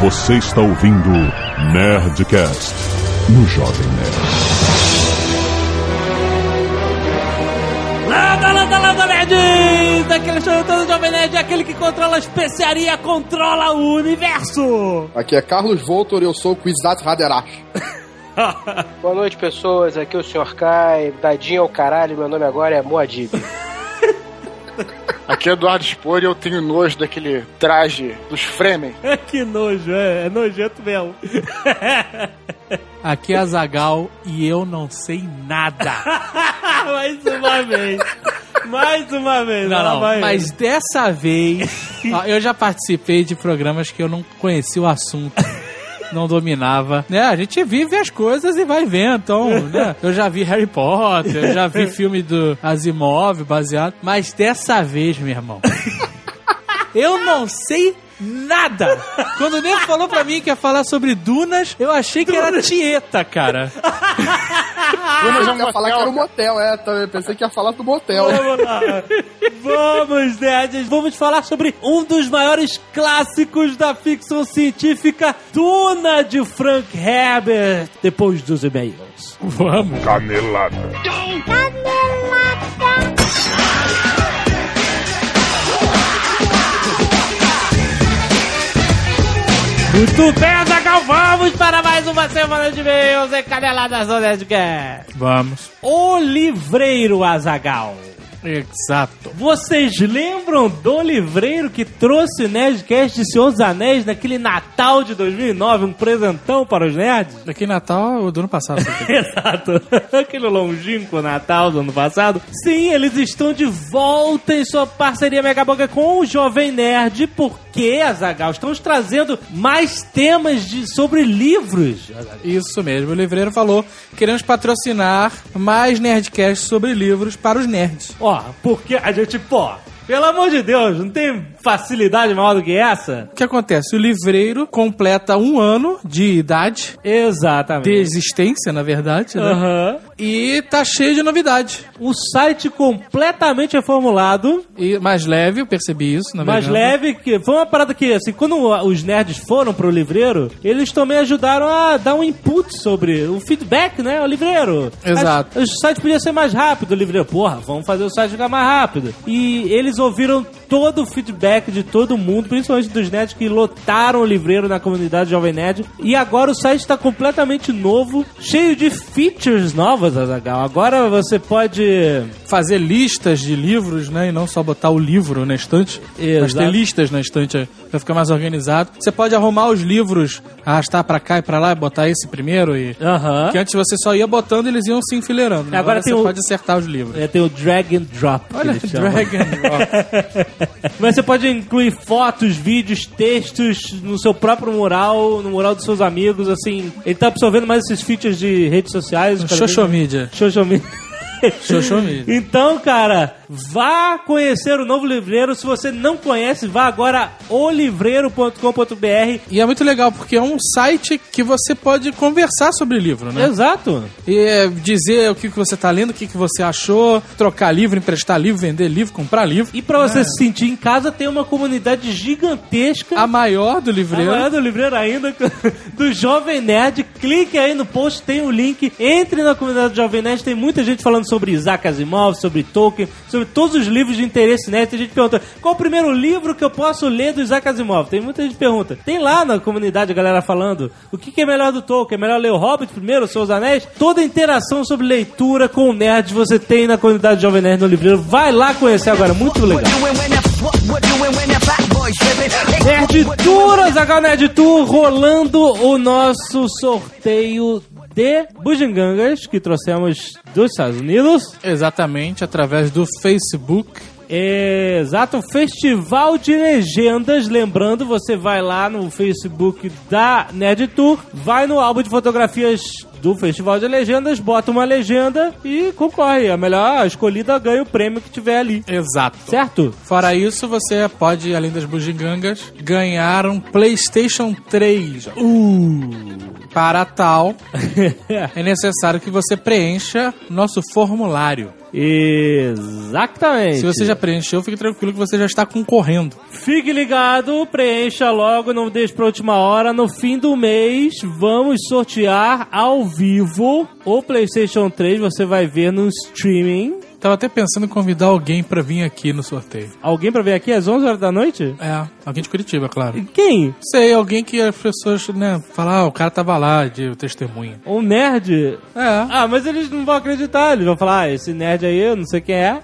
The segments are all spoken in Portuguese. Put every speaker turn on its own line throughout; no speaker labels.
Você está ouvindo Nerdcast no Jovem Nerd.
Landa, landa, landa, nerds! Aqui é Alexandre Antônio Jovem Nerd, aquele que controla a especiaria, controla o universo!
Aqui é Carlos Voltor e eu sou o Kwisatz Haderach.
Boa noite, pessoas. Aqui é o Sr. Kai, dadinho ao caralho. Meu nome agora é Moadib.
Aqui é Eduardo Spor e eu tenho nojo daquele traje dos Fremen.
que nojo, é, é nojento mesmo.
Aqui é a Zagal e eu não sei nada.
Ah, mais uma vez. Mais uma vez.
Não, não, vai. mas dessa vez ó, eu já participei de programas que eu não conhecia o assunto. não dominava. Né? A gente vive as coisas e vai vendo. Então, né? Eu já vi Harry Potter, eu já vi filme do Asimov baseado. Mas dessa vez, meu irmão, eu não sei nada. Quando o Nego falou pra mim que ia falar sobre dunas, eu achei que era Tieta, cara.
Dunas é um motel. falar que era um motel, é. Também pensei que ia falar do motel.
Vamos lá. Vamos, nerds. Vamos falar sobre um dos maiores clássicos da ficção científica, Duna de Frank Herbert, depois dos e-mails.
Vamos.
Canelada. Canelada.
Muito bem, Zagal, vamos para mais uma semana de e-mails e caneladas do Nerdcast.
Vamos.
O Livreiro Azagal.
Exato.
Vocês lembram do livreiro que trouxe o Nerdcast de Senhor dos Anéis naquele Natal de 2009? Um presentão para os nerds?
Daquele Natal do ano passado.
Exato. Aquele longínquo Natal do ano passado. Sim, eles estão de volta em sua parceria megaboga com o Jovem Nerd, porque, Azagal, estamos trazendo mais temas de, sobre livros.
Isso mesmo. O livreiro falou: queremos patrocinar mais Nerdcast sobre livros para os nerds.
Ó, porque a gente, pô, pelo amor de Deus, não tem facilidade maior do que essa?
O que acontece? O livreiro completa um ano de idade.
Exatamente.
De existência, na verdade, né?
Uhum.
E tá cheio de novidade.
O site completamente reformulado.
E mais leve, eu percebi isso, na
mais
verdade.
Mais leve, que foi uma parada que, assim, quando os nerds foram pro livreiro, eles também ajudaram a dar um input sobre o feedback, né? O livreiro.
Exato.
As, o site podia ser mais rápido, o livreiro. Porra, vamos fazer o site ficar mais rápido. E eles ouviram todo o feedback de todo mundo, principalmente dos nerds que lotaram o livreiro na comunidade Jovem Nerd. E agora o site está completamente novo, cheio de features novas, Azagal. Agora você pode
fazer listas de livros, né? E não só botar o livro na estante.
Exato.
Mas ter listas na estante para ficar mais organizado. Você pode arrumar os livros, arrastar para cá e para lá e botar esse primeiro. E...
Uhum.
Que antes você só ia botando eles iam se enfileirando. Né?
Agora, agora
você
o...
pode acertar os livros.
É, tem o drag and drop.
Olha, drag and drop.
Mas você pode incluir fotos, vídeos, textos no seu próprio mural, no mural dos seus amigos, assim. Ele tá absorvendo mais esses features de redes sociais.
Social media.
Social media.
Social media.
então, cara, vá conhecer o novo livreiro. Se você não conhece, vá agora olivreiro.com.br.
E é muito legal, porque é um site que você pode conversar sobre livro, né?
Exato.
E é dizer o que, que você está lendo, o que, que você achou, trocar livro, emprestar livro, vender livro, comprar livro.
E para você é. se sentir em casa, tem uma comunidade gigantesca.
A maior do livreiro.
A Tá maior do livreiro ainda, do Jovem Nerd. Clique aí no post, tem o um link. Entre na comunidade do Jovem Nerd, tem muita gente falando sobre Isaac Asimov, sobre Tolkien, sobre sobre todos os livros de interesse nerd. Tem gente que pergunta: qual o primeiro livro que eu posso ler do Isaac Asimov? Tem muita gente que pergunta. Tem lá na comunidade a galera falando: o que, que é melhor do Tolkien? É melhor ler o Hobbit primeiro, os seus anéis? Toda interação sobre leitura com nerds você tem na comunidade Jovem Nerd no livreiro. Vai lá conhecer agora, é muito legal.
é
Nerd Tour, Azaghal Nerd Tour, rolando o nosso sorteio de bugigangas que trouxemos dos Estados Unidos.
Exatamente, através do Facebook.
Exato, Festival de Legendas. Lembrando, você vai lá no Facebook da Nerd Tour, vai no álbum de fotografias do Festival de Legendas, bota uma legenda e concorre. A melhor escolhida ganha o prêmio que tiver ali.
Exato.
Certo?
Fora isso, você pode, além das bugigangas, ganhar um PlayStation 3.
Uh!
Para tal, é necessário que você preencha nosso formulário.
Exatamente.
Se você já preencheu, fique tranquilo que você já está concorrendo.
Fique ligado, preencha logo, não deixe pra última hora. No fim do mês, vamos sortear ao vivo o PlayStation 3. Você vai ver no streaming.
Tava até pensando em convidar alguém pra vir aqui no sorteio.
Alguém pra ver aqui às 11 horas da noite?
É, alguém de Curitiba, claro.
Quem?
Sei, alguém que as pessoas, né, falar, ah, o cara tava lá de testemunha.
Um nerd?
É.
Ah, mas eles não vão acreditar. Eles vão falar, ah, esse nerd aí, eu não sei quem é.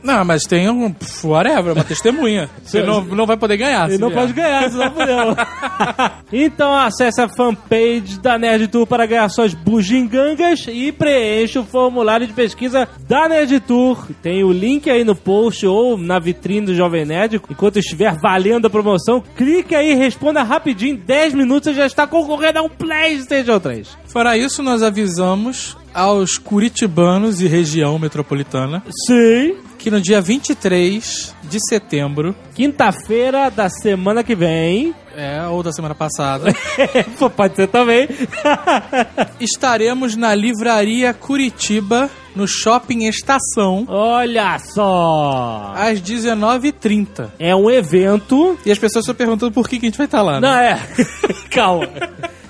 Não, mas tem um. pff, Whatever, uma testemunha. Você não, não vai poder ganhar.
Ele
se
não
vier.
pode ganhar, senão fudeu. então acesse a fanpage da Nerd Tour para ganhar suas bugigangas e preencha o formulário de pesquisa da Nerd Tour. Tem o link aí no post ou na vitrine do Jovem Nerd. Enquanto estiver valendo a promoção, clique aí e responda rapidinho. Em 10 minutos você já está concorrendo a um PlayStation 3.
Fora isso, nós avisamos aos curitibanos e região metropolitana
Sim.
que no dia 23 de setembro,
Quinta-feira da semana que vem.
é, ou da semana passada,
Pô, Pode ser também.
estaremos na Livraria Curitiba, no Shopping Estação,
Olha só.
às 19h30.
É um evento
E as pessoas estão perguntando por que, que a gente vai estar lá, né?
Não, é. Calma.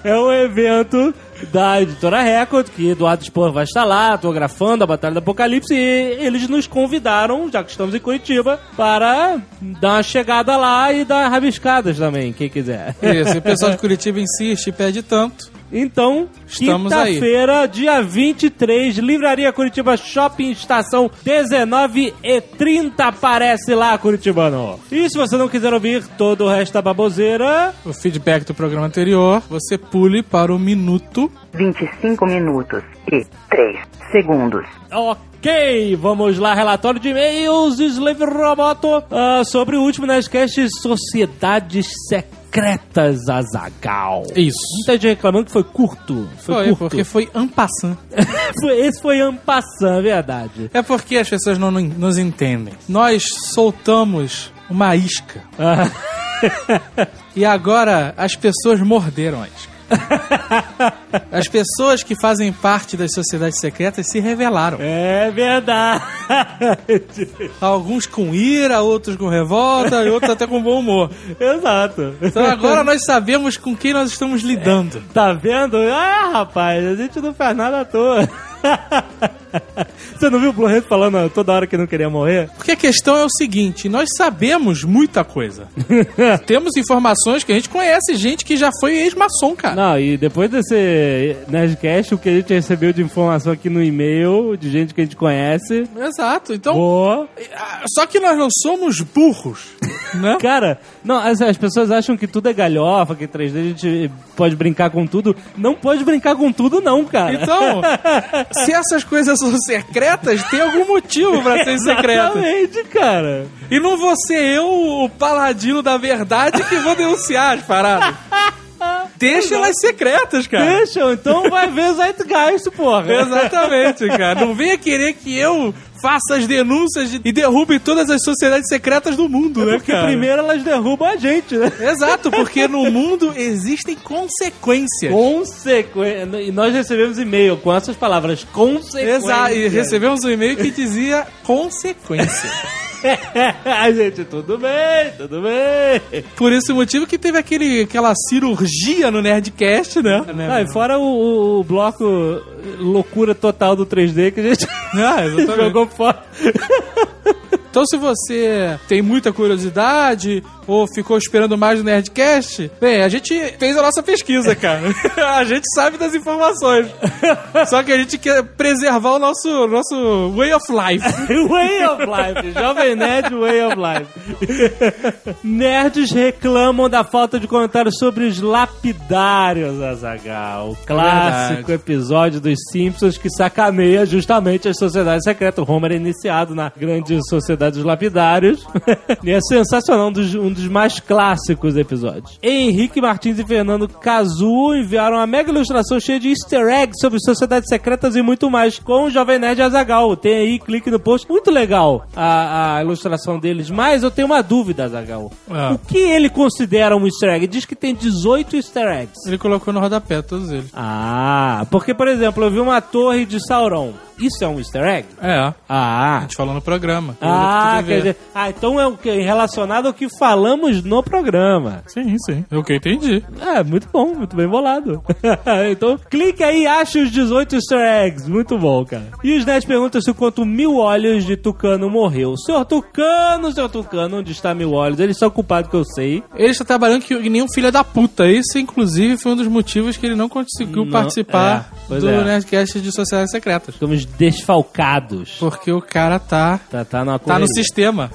É um evento da editora Record, que Eduardo Spor vai estar lá, autografando a Batalha do Apocalipse, e eles nos convidaram, já que estamos em Curitiba, para dar uma chegada lá e dar rabiscadas também, quem quiser.
Isso, e o pessoal de Curitiba insiste e pede tanto.
Então,
Estamos aí.
quinta-feira, dia 23, Livraria Curitiba Shopping, estação 19 e 30, aparece lá, Curitibano. E se você não quiser ouvir todo o resto da baboseira,
O feedback do programa anterior, você pule para o minuto
25 minutos e 3 segundos.
Ok, vamos lá, relatório de e-mails, Slave Roboto, ah, sobre o último Nerdcast, Sociedades Secretas Azagal.
Isso.
Muita gente reclamando que foi curto. Foi,
Foi,
curto.
porque foi ampassando.
Foi- Esse foi ampassando, é verdade.
É porque as pessoas não não- nos entendem. Nós soltamos uma isca. e agora as pessoas morderam a isca. As pessoas que fazem parte das sociedades secretas se revelaram.
É verdade.
Alguns com ira, outros com revolta e outros até com bom humor.
Exato.
Então agora nós sabemos com quem nós estamos lidando.
Tá vendo? Ah, rapaz, a gente não faz nada à toa. Você não viu o Blue falando toda hora que não queria morrer?
Porque a questão é o seguinte: nós sabemos muita coisa. Temos informações que a gente conhece, gente que já foi ex-maçom, cara.
Não, e depois desse Nerdcast, o que a gente recebeu de informação aqui no e-mail, de gente que a gente conhece.
Exato. Então,
Boa.
ah, só que nós não somos burros, né?
Cara, não, as, as pessoas acham que tudo é galhofa, que 3D a gente pode brincar com tudo. Não pode brincar com tudo, não, cara.
Então, se essas coisas são secretas, tem algum motivo pra ser secreta.
Exatamente, cara.
E não vou ser eu, o paladino da verdade, que vou denunciar as paradas. Deixa elas secretas, cara.
Deixa, então vai ver Zeitgeist, porra.
Exatamente, cara. Não venha querer que eu faça as denúncias de- e derrube todas as sociedades secretas do mundo,
É
né,
Porque
cara?
primeiro elas derrubam a gente, né?
Exato, porque no mundo existem consequências.
Consequência. E nós recebemos e-mail com essas palavras. Consequência.
Exato, e recebemos um e-mail que dizia consequência.
a gente, tudo bem, tudo bem.
Por esse motivo que teve aquele, aquela cirurgia no Nerdcast, né?
Ah, e fora o, o- o bloco loucura total do 3D que a gente
Ah, exatamente.
jogou fora.
Então, se você tem muita curiosidade ou ficou esperando mais do Nerdcast, bem, a gente fez a nossa pesquisa, cara. a gente sabe das informações. Só que a gente quer preservar o nosso, nosso way of life.
Way of Life, Jovem Nerd Way of Life. Nerds reclamam da falta de comentários sobre os lapidários, Azagal. O clássico
Verdade.
episódio dos Simpsons que sacaneia justamente as sociedades secretas. O Homer é iniciado na grande sociedade dos lapidários. e é sensacional, um dos, um dos mais clássicos episódios. Henrique Martins e Fernando Cazu enviaram uma mega ilustração cheia de easter eggs sobre sociedades secretas e muito mais com o Jovem Nerd Azagal. Tem aí, clique no post. Muito legal a, a ilustração deles, mas eu tenho uma dúvida, Azagal.
Ah.
O que ele considera um easter egg? Diz que tem 18 easter eggs.
Ele colocou no rodapé todos eles.
Ah, porque, por exemplo, eu vi uma torre de Sauron. Isso é um easter egg?
É, a
Ah.
gente falou no programa.
Ah,
Tudo a
quer
ver.
dizer, ah, então é o que relacionado ao que falamos no programa.
Sim, sim. É o que eu entendi.
É, muito bom, muito bem bolado. então, clique aí e ache os 18 easter eggs. Muito bom, cara. E os Nets perguntam se o quanto mil olhos de Tucano morreu. Senhor Tucano, senhor Tucano, onde está mil olhos? Eles são culpados que eu sei.
Ele está trabalhando que que nem um filho da puta. Isso, inclusive, foi um dos motivos que ele não conseguiu
Não,
participar
é, pois
do
é.
Nerdcast de Sociedades Secretas.
Ficamos desfalcados.
Porque o cara tá,
Tá, tá, na
tá no
correria.
sistema.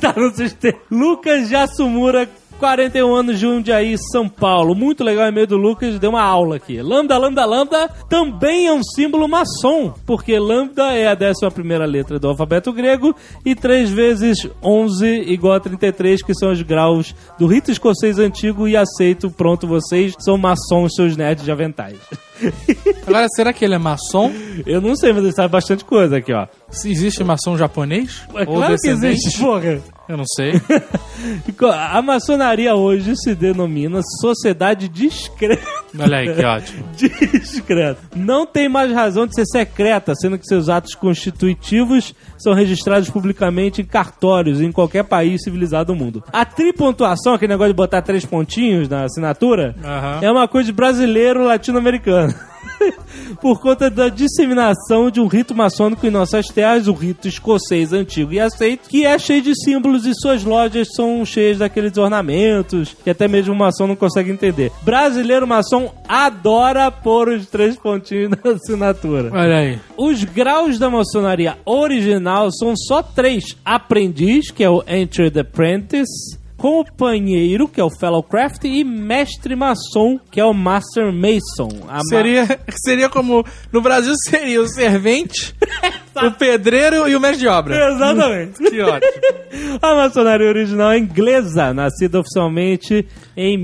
tá no sistema. Lucas Jassumura. 41 anos de Jundiaí, São Paulo. Muito legal o e-mail do Lucas, deu uma aula aqui. Lambda, lambda, lambda também é um símbolo maçom, porque lambda é a décima primeira letra do alfabeto grego e 3 vezes 11 igual a 33, que são os graus do rito escocês antigo e aceito. Pronto, vocês são maçons, seus nerds de aventais.
Agora, será que ele é maçom?
Eu não sei, mas ele sabe bastante coisa aqui, ó.
Se Existe maçom japonês?
É claro que
descendente?
existe, porra.
Eu não sei.
A maçonaria hoje se denomina sociedade discreta.
Olha aí, que ótimo.
Discreta. Não tem mais razão de ser secreta, sendo que seus atos constitutivos são registrados publicamente em cartórios em qualquer país civilizado do mundo. A tripontuação, aquele negócio de botar três pontinhos na assinatura,
Aham.
é uma coisa de brasileiro latino-americano. Por conta da disseminação de um rito maçônico em nossas terras, o rito escocês antigo e aceito, que é cheio de símbolos e suas lojas são cheias daqueles ornamentos que até mesmo o maçom não consegue entender. Brasileiro maçom adora pôr os três pontinhos na assinatura.
Olha aí.
Os graus da maçonaria original são só três: aprendiz, que é o Entered Apprentice, companheiro, que é o Fellowcraft, e mestre maçom, que é o Master Mason. A ma-
Seria, seria como... No Brasil seria o servente, o pedreiro e o mestre de obra.
Exatamente.
Que ótimo.
A maçonaria original é inglesa, nascida oficialmente em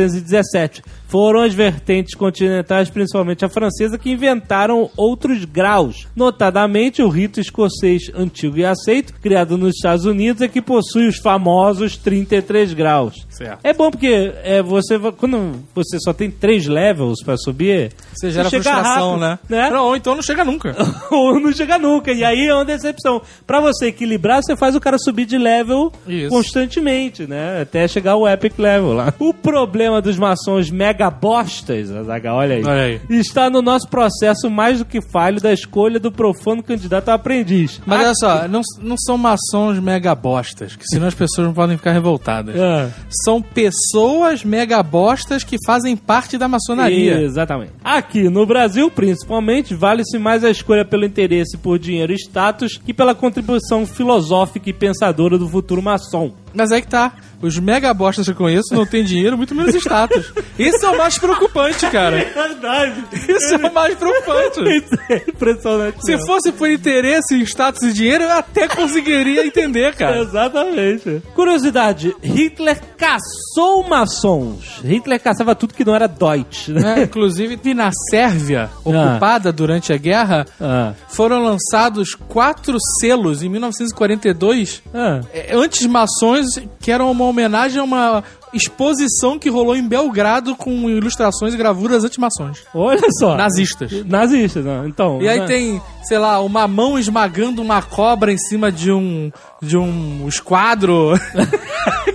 1717. Foram as vertentes continentais, principalmente a francesa, que inventaram outros graus. Notadamente, o rito escocês antigo e aceito, criado nos Estados Unidos, é que possui os famosos 33 graus.
Certo.
É bom porque é, você va- quando você só tem três levels pra subir,
Você gera
chega
frustração,
rápido,
né? Não, ou então não chega nunca.
ou não chega nunca. E aí é uma decepção. Pra você equilibrar, você faz o cara subir de level
Isso.
constantemente, né? Até chegar ao epic level lá. O problema dos maçons mega bostas, Azaga, olha aí,
Olha aí.
está no nosso processo mais do que falho da escolha do profano candidato a aprendiz. Ah.
Mas é assim, olha só, não, não são maçons mega bostas, que senão as pessoas não podem ficar revoltadas.
Ah.
São pessoas mega bostas que fazem parte da maçonaria.
Exatamente. Aqui no Brasil, principalmente, vale-se mais a escolha pelo interesse por dinheiro e status que pela contribuição filosófica e pensadora do futuro maçom.
Mas aí que tá. Os mega bostas que eu conheço não têm dinheiro, muito menos status. Isso é o mais preocupante, cara.
Verdade.
Isso é o mais preocupante.
Isso é impressionante.
Se
mesmo.
fosse por interesse em status e dinheiro, eu até conseguiria entender,
É.
cara.
Exatamente. Curiosidade: Hitler caçou maçons. Hitler caçava tudo que não era Deutsch. Né?
Né? Inclusive, e na Sérvia, ocupada durante a guerra,
Ah.
foram lançados quatro selos em 1942
Ah.
é, antes maçons que eram uma homenagem a uma exposição que rolou em Belgrado com ilustrações e gravuras anti-mações
Olha só.
nazistas.
Nazistas, né? Então.
E aí
né?
tem, sei lá, uma mão esmagando uma cobra em cima de um de um esquadro.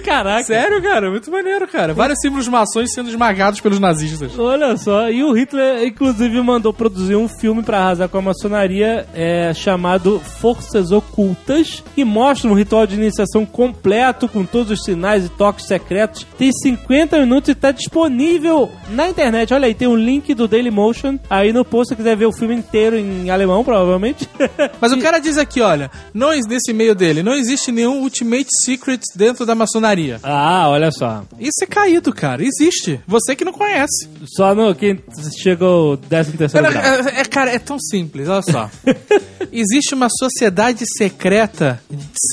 Caraca.
Sério, cara, muito maneiro, cara. Vários símbolos maçons sendo esmagados pelos nazistas.
Olha só, e o Hitler, inclusive, mandou produzir um filme pra arrasar com a maçonaria é, chamado Forças Ocultas, que mostra um ritual de iniciação completo, com todos os sinais e toques secretos. Tem 50 minutos e tá disponível na internet. Olha aí, tem o link do Dailymotion aí no post, se quiser ver o filme inteiro em alemão, provavelmente.
Mas o cara diz aqui, olha, não ex- nesse e-mail dele, não existe nenhum ultimate secret dentro da maçonaria.
ah, olha só.
Isso é caído, cara. Existe. Você que não conhece.
Só no que chegou o 13 terceiro
Cara,
grau.
é, é- cara, é tão simples, olha só. existe uma sociedade secreta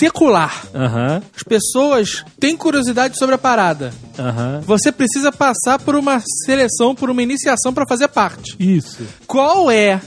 secular.
Aham,
As pessoas têm curiosidade sobre a parada.
aham.
Você precisa passar por uma seleção, por uma iniciação pra fazer parte.
Isso.
Qual é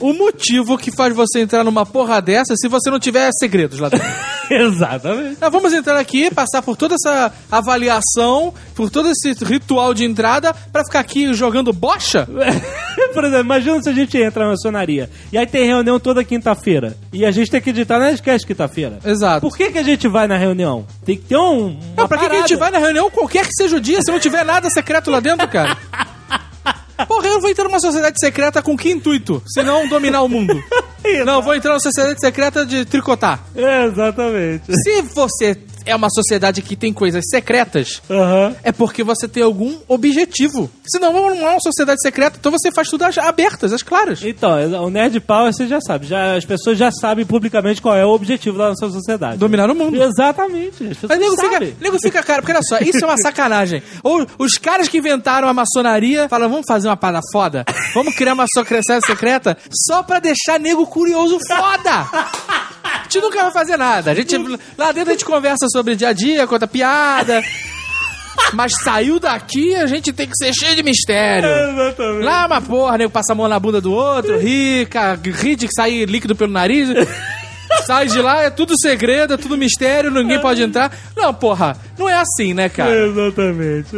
o motivo que faz você entrar numa porra dessa se você não tiver segredos lá dentro?
Exatamente.
Nós vamos entrar aqui, passar por toda essa avaliação, por todo esse ritual de entrada, pra ficar aqui jogando bocha?
Por exemplo, imagina se a gente entra na maçonaria e aí tem reunião toda quinta-feira e a gente tem que editar na Nerdcast quinta-feira.
Exato.
Por que, que a gente vai na reunião? Tem que ter um. Uma
Não, pra que, que a gente
parada.
vai na reunião qualquer que seja o dia se não tiver nada secreto lá dentro, cara? Porra, eu vou entrar numa sociedade secreta com que intuito? Se não dominar o mundo. Não, vou entrar numa sociedade secreta de tricotar.
Exatamente.
Se você é uma sociedade que tem coisas secretas,
Aham.
é porque você tem algum objetivo. Senão não é uma sociedade secreta, então você faz tudo às abertas, às claras.
Então, o Nerd Power você já sabe. Já, as pessoas já sabem publicamente qual é o objetivo da nossa sociedade.
Dominar o mundo.
Exatamente. As pessoas
Mas nego fica,
sabem.
nego fica, cara, porque olha só, isso é uma sacanagem. Ou os caras que inventaram a maçonaria falam, vamos fazer uma parada foda? Vamos criar uma sociedade secreta só pra deixar nego curioso foda! A gente nunca vai fazer nada. A gente, lá dentro a gente conversa sobre dia a dia, conta piada. Mas saiu daqui, a gente tem que ser cheio de mistério.
Exatamente.
Lá é uma porra, nego passa a mão na bunda do outro, ri, ca- ri de sair líquido pelo nariz. Sai de lá, é tudo segredo, é tudo mistério, ninguém pode entrar. Não, porra, não é assim, né, cara?
Exatamente.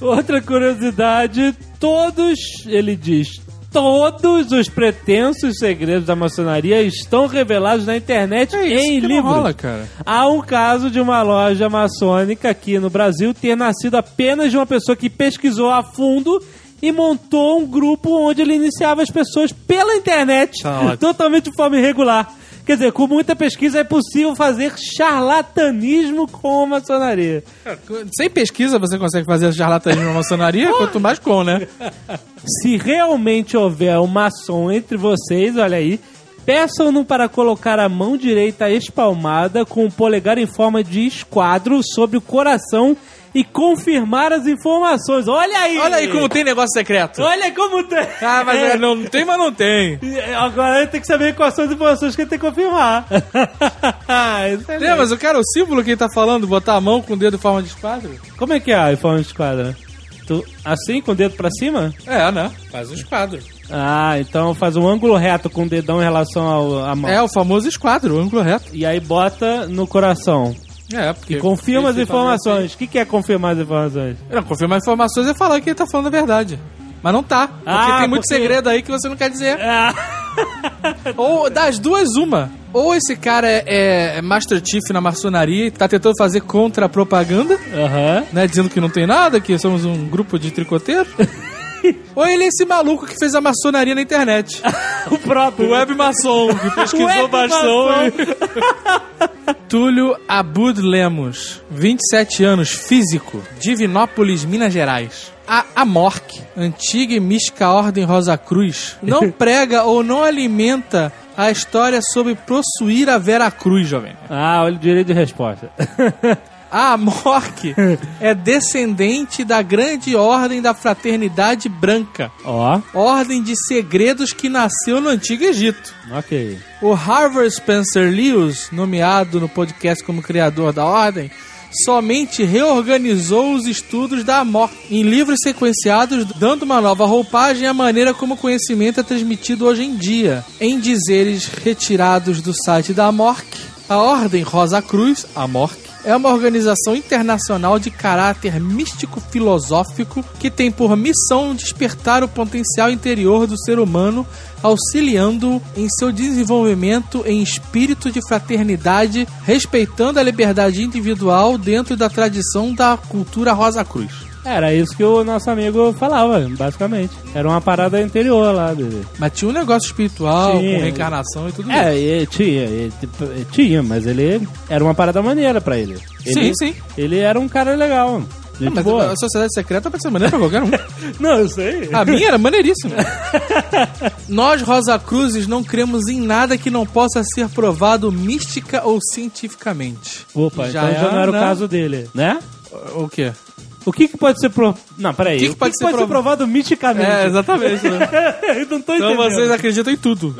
Outra curiosidade: todos, ele diz, todos os pretensos segredos da maçonaria estão revelados na internet em
É que não
livros.
rola, cara.
Há um caso de uma loja maçônica aqui no Brasil ter nascido apenas de uma pessoa que pesquisou a fundo. E montou um grupo onde ele iniciava as pessoas pela internet,
Tá ótimo.
totalmente de forma irregular. Quer dizer, com muita pesquisa é possível fazer charlatanismo com a maçonaria.
É. Sem pesquisa você consegue fazer charlatanismo na maçonaria, quanto mais com, né?
Se realmente houver um maçom entre vocês, olha aí, peçam-no para colocar a mão direita espalmada com o polegar em forma de esquadro sobre o coração e confirmar as informações. Olha aí!
Olha aí como tem negócio secreto.
Olha como tem!
Ah, mas é, não tem, mas não tem.
Agora tem que saber quais são as informações que ele tem que confirmar. Excelente.
Tem, É, mas o cara, o símbolo que ele tá falando, botar a mão com o dedo em forma de esquadro?
Como é que é a forma de esquadro? Tu, assim, com o dedo pra cima?
É, né? Faz um esquadro.
Ah, então faz um ângulo reto com o dedão em relação ao- à mão.
É, o famoso esquadro, o ângulo reto.
E aí bota no coração.
É, porque.
Confirma as
esse
informações. O que, que é confirmar as informações?
Não, confirmar informações é falar que ele tá falando a verdade. Mas não tá. Porque
Ah,
tem muito
porque-
segredo aí que você não quer dizer.
Ah,
Ou das duas, uma. Ou esse cara é, é Master Chief na maçonaria e tá tentando fazer contra-propaganda,
Aham.
né? Dizendo que não tem nada, que somos um grupo de tricoteiros. Ou ele é esse maluco que fez a maçonaria na internet.
O próprio.
O web maçom, que pesquisou
Web
maçom. e- Túlio Abud Lemos, 27 anos, físico, Divinópolis, Minas Gerais. A Amorc, antiga e mística Ordem Rosa Cruz, não prega ou não alimenta a história sobre possuir a Vera Cruz, jovem.
Ah, olha o direito de resposta.
A Amorc é descendente da grande ordem da Fraternidade Branca,
Ó,
ordem de segredos que nasceu no Antigo Egito.
ok.
O Harvard Spencer Lewis, nomeado no podcast como criador da ordem, somente reorganizou os estudos da morte em livros sequenciados, dando uma nova roupagem à maneira como o conhecimento é transmitido hoje em dia. Em dizeres retirados do site da Morc, a Ordem Rosa Cruz, a Morc, é uma organização internacional de caráter místico-filosófico que tem por missão despertar o potencial interior do ser humano, auxiliando-o em seu desenvolvimento em espírito de fraternidade, respeitando a liberdade individual dentro da tradição da cultura Rosa Cruz.
Era isso que o nosso amigo falava, basicamente. Era uma parada anterior lá dele.
Mas tinha um negócio
Sim.
espiritual, com reencarnação e tudo isso.
É, e tinha, e tipo, e tinha, mas ele era uma parada maneira pra ele. ele
Sim, sim.
Ele era um cara legal. Gente
Não, mas
boa. Ah,
a sociedade secreta pode ser maneira pra qualquer um.
Não, eu sei.
A minha era maneiríssima. Nós, Rosa Cruzes, não cremos em nada que não possa ser provado mística ou cientificamente.
Opa, então já não era o caso dele, né?
O quê?
O que, que pode ser pro... Não, peraí.
O que que pode ser prov-
provado miticamente?
É, exatamente. né?
eu não tô
Então
entendendo.
vocês acreditam em tudo.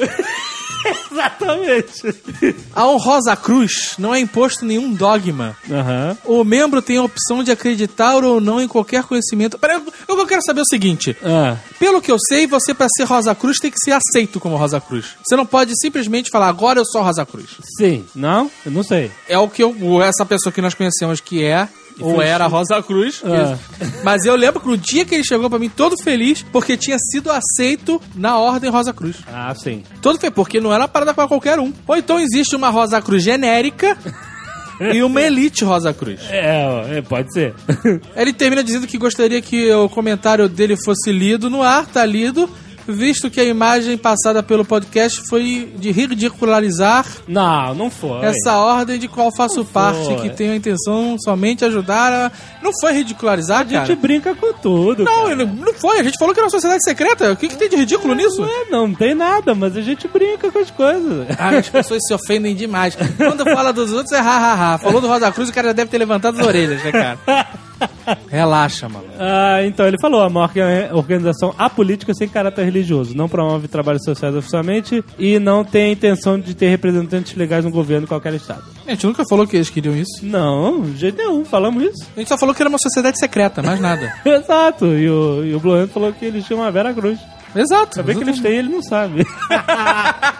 Exatamente.
A honrosa cruz não é imposto nenhum dogma.
Aham.
O membro tem a opção de acreditar ou não em qualquer conhecimento. Peraí, eu, eu só quero saber o seguinte.
Ah.
Pelo que eu sei, você pra ser Rosa Cruz tem que ser aceito como Rosa Cruz. Você não pode simplesmente falar, agora eu sou Rosa Cruz.
Sim. Não? Eu não sei.
É o que eu, ou essa pessoa que nós conhecemos que é... Ou
foi
era Rosa Cruz.
Ah.
Isso. Mas eu lembro que no dia que ele chegou pra mim, todo feliz, porque tinha sido aceito na Ordem Rosa Cruz.
Ah, sim.
Todo fe- porque não era uma parada pra qualquer um. Ou então existe uma Rosa Cruz genérica e uma Elite Rosa Cruz.
É, ó, é, pode ser.
Ele termina dizendo que gostaria que o comentário dele fosse lido no ar, tá lido, visto que a imagem passada pelo podcast foi de ridicularizar
não, não foi.
essa ordem de qual faço parte, que tenho a intenção somente ajudar a... Não foi ridicularizar,
A gente é
cara?
brinca com tudo.
Não, ele- não foi. A gente falou que era uma sociedade secreta. O que, que tem de ridículo nisso?
Não, é, não tem nada, mas a gente brinca com as coisas.
Ah, as pessoas se ofendem demais. Quando fala dos outros é ha, ha, ha. Falou do Rosa Cruz, o cara já deve ter levantado as orelhas, né, cara? Relaxa, mano.
Ah, então ele falou, é uma orga- organização apolítica sem caráter religioso, não promove trabalhos sociais oficialmente e não tem a intenção de ter representantes legais no governo de qualquer estado.
A gente nunca falou que eles queriam isso.
Não, de jeito nenhum, falamos isso.
A gente só falou que era uma sociedade secreta, mais nada.
Exato, e o, e o Blue Hand falou que eles tinham a Vera Cruz.
Exato.
Saber que eles têm, ele não sabe.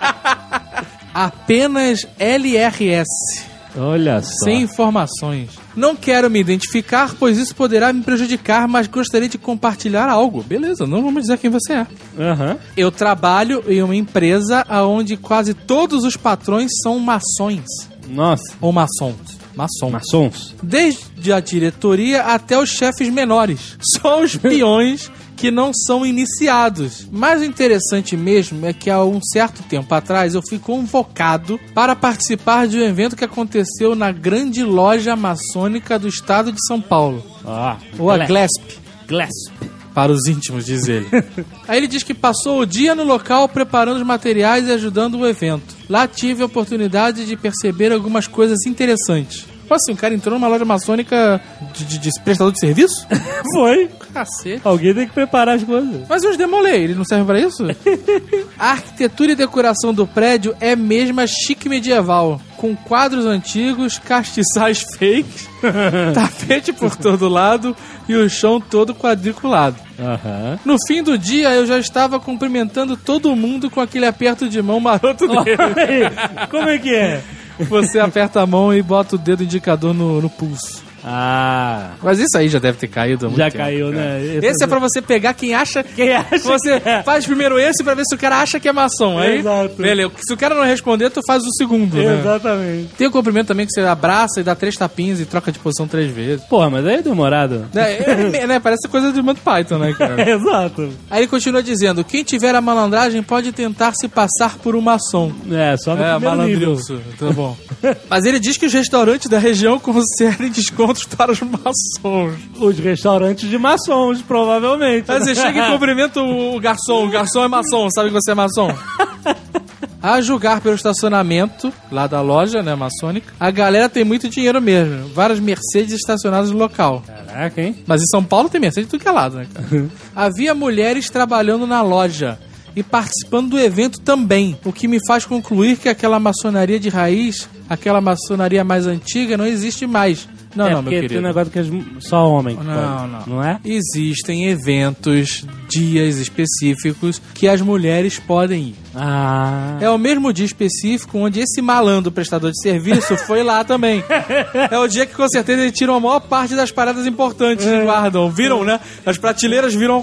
Apenas LRS.
Olha só.
Sem informações. Não quero me identificar, pois isso poderá me prejudicar, mas gostaria de compartilhar algo. Beleza, não vamos dizer quem você é.
Aham.
Eu trabalho em uma empresa onde quase todos os patrões são maçons.
Nossa.
ou maçons? Maçom.
Maçons.
Desde a diretoria até os chefes menores. Só os peões que não são iniciados. Mas o interessante mesmo é que há um certo tempo atrás eu fui convocado para participar de um evento que aconteceu na grande loja maçônica do estado de São Paulo,
Ah,
ou a
Gla-
Glesp.
Glasp.
Para os íntimos, diz ele. Aí ele diz que passou o dia no local preparando os materiais e ajudando o evento. Lá tive a oportunidade de perceber algumas coisas interessantes. Pô, assim, o cara entrou numa loja maçônica de, de- de prestador de serviço?
Foi.
Cacete.
Alguém tem que preparar as coisas.
Mas os demolei, ele não serve pra isso? a arquitetura e decoração do prédio é mesma chique medieval, com quadros antigos, castiçais fakes, tapete por todo lado e o chão todo quadriculado.
Aham.
No fim do dia, eu já estava cumprimentando todo mundo com aquele aperto de mão maroto dele.
Como é que é?
Você aperta a mão e bota o dedo indicador no, no pulso.
Ah,
Mas isso aí já deve ter caído há muito
já
tempo,
caiu,
cara.
né?
Esse é pra você pegar quem acha...
Quem acha
Você
que é?
faz primeiro esse pra ver se o cara acha que é maçom. Aí,
Exato.
Beleza, se o cara não responder, tu faz o segundo, né?
Exatamente.
Tem o cumprimento também que você abraça e dá três tapinhas e troca de posição três vezes.
Porra, mas aí é demorado.
Né, é, né, Parece coisa de Monty Python, né, cara?
Exato.
Aí ele continua dizendo: quem tiver a malandragem pode tentar se passar por um maçom.
É, só no
É,
primeiro nível.
malandrinho. Tá bom. Mas ele diz que os restaurantes da região concedem descontos para os maçons.
Os restaurantes de maçons, provavelmente.
Aí você chega e cumprimenta o o garçom. O garçom é maçom, sabe que você é maçom? A julgar pelo estacionamento lá da loja, né, maçônica, a galera tem muito dinheiro mesmo. Várias Mercedes estacionadas no local.
Caraca, hein?
Mas em São Paulo tem Mercedes de tudo que é lado, né,
Uhum.
cara? Havia mulheres trabalhando na loja e participando do evento também, o que me faz concluir que aquela maçonaria de raiz, aquela maçonaria mais antiga, não existe mais. Não,
é
não,
porque
meu
tem um
querido.
negócio que as- só homem. que
Não,
pode,
não.
Não é?
Existem eventos, dias específicos que as mulheres podem ir.
Ah.
É o mesmo dia específico onde esse malandro prestador de serviço foi lá também. É o dia que com certeza eles tiram a maior parte das paradas importantes
É.
e guardam. Viram, né? As prateleiras viram ao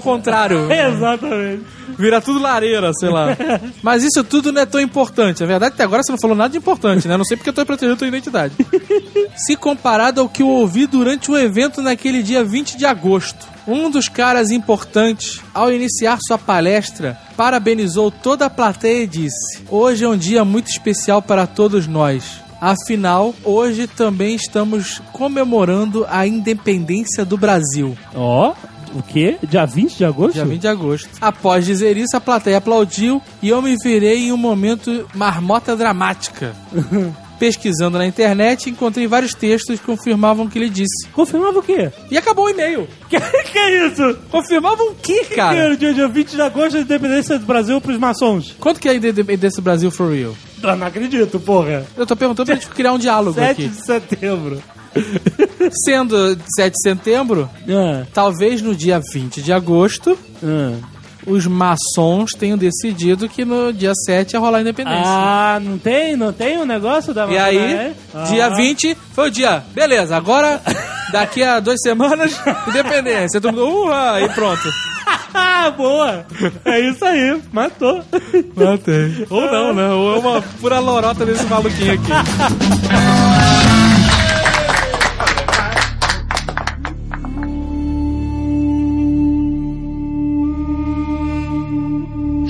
contrário.
Exatamente.
Vira tudo lareira, sei lá. Mas isso tudo não é tão importante. Na verdade, até agora você não falou nada de importante, né? Não sei porque eu tô protegendo a tua identidade. Se comparado ao que eu ouvi durante o evento naquele dia 20 de agosto. Um dos caras importantes, ao iniciar sua palestra, parabenizou toda a plateia e disse: Hoje é um dia muito especial para todos nós. Afinal, hoje também estamos comemorando a independência do Brasil.
Ó, o quê? Dia 20 de agosto?
Dia 20 de agosto. Após dizer isso, a plateia aplaudiu e eu me virei em um momento marmota dramática. pesquisando na internet e encontrei vários textos que confirmavam o que ele disse.
Confirmava o quê?
E acabou o e-mail.
Que, que é isso?
Confirmavam o que,
Que era
cara?
o dia, dia 20 de agosto da independência do Brasil pros maçons.
Quanto que é a independência do Brasil for real?
Eu não acredito, porra.
Eu tô perguntando pra gente criar um diálogo
7
aqui.
de setembro.
Sendo 7 de setembro,
Ah,
talvez no dia 20 de agosto,
ah.
os maçons tenham decidido que no dia 7 ia rolar a independência.
Ah, não tem? Não tem o negócio da
E aí,
Ah.
dia 20 foi o dia. Beleza, agora, daqui a duas semanas, independência. Todo mundo, uhá, e pronto.
Ah, boa! É isso aí, matou.
Matei. Ou não, né? Ou é uma pura lorota desse maluquinho aqui.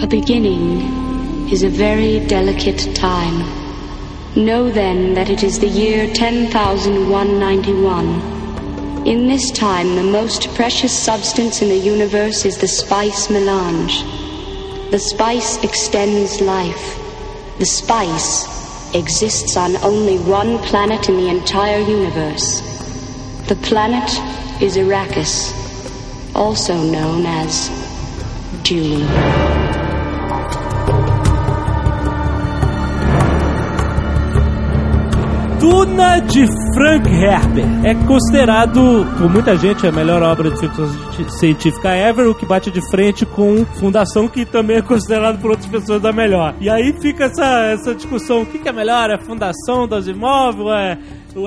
A beginning is a very delicate time. Know then that it is the year 10191. In this time, the most precious substance in the universe is the spice melange. The spice extends life. The spice exists on only one planet in the entire universe. The planet is Arrakis, also known as June.
Duna de Frank Herbert é considerado, por muita gente, a melhor obra de ficção ci- científica ever, o que bate de frente com Fundação, que também é considerado por outras pessoas a melhor. E aí fica essa, essa discussão, o que, que é melhor? É Fundação dos Imóveis? É,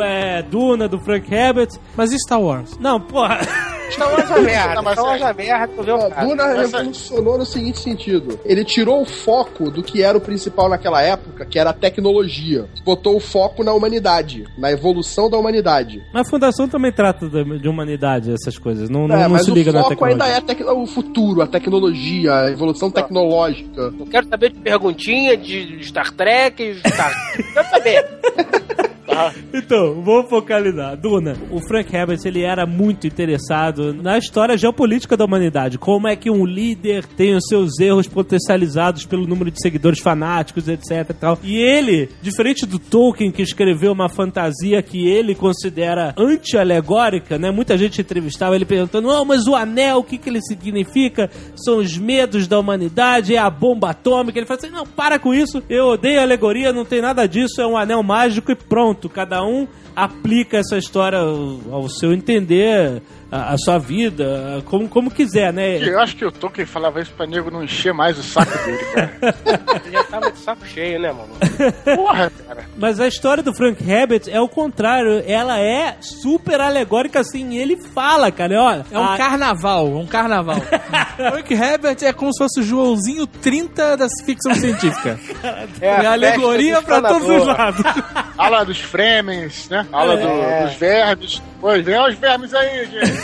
é Duna, do Frank Herbert?
Mas e Star Wars?
Não, porra...
Então é uma merda.
Não, mas
Então é
sério.
uma merda. Tu vê
Ó,
o cara.
Duna
Essa-
revolucionou no seguinte sentido: ele tirou o foco do que era o principal naquela época, que era a tecnologia. Botou o foco na humanidade, na evolução da humanidade.
Mas a Fundação também trata da- de humanidade, essas coisas. Não, não,
é,
não
mas
se
o
liga na
foco ainda
tecnologia.
é a tec- o futuro, a tecnologia, a
Ah.
evolução tecnológica.
Eu quero saber de perguntinha, de de Star Trek, de Star... Quero saber.
Então, vou focalizar. Duna, o Frank Herbert, ele era muito interessado na história geopolítica da humanidade. Como é que um líder tem os seus erros potencializados pelo número de seguidores fanáticos, etc e tal. E ele, diferente do Tolkien, que escreveu uma fantasia que ele considera anti-alegórica, né? Muita gente entrevistava ele perguntando, não, mas o anel, o que, que ele significa? São os medos da humanidade, é a bomba atômica. Ele fala assim, não, para com isso, eu odeio alegoria, não tem nada disso, é um anel mágico e pronto. Cada um aplica essa história ao ao seu entender, a, a sua vida, a- como, como quiser, né?
Eu acho que o Tolkien falava isso pra nego não encher mais o saco dele, cara.
Ele já tava de saco cheio, né, mano?
Porra, cara.
Mas a história do Frank Herbert é o contrário, ela é super alegórica, assim, e ele fala, cara, olha...
É um
a-
carnaval, um carnaval. Frank Herbert é como se fosse o Joãozinho 30 da ficção científica.
É, a
É alegoria
festa
pra
do
todos os
explanador.
lados.
Aula dos Fremens, né? Aula do-
É.
dos vermes. Pois vem os vermes aí, gente.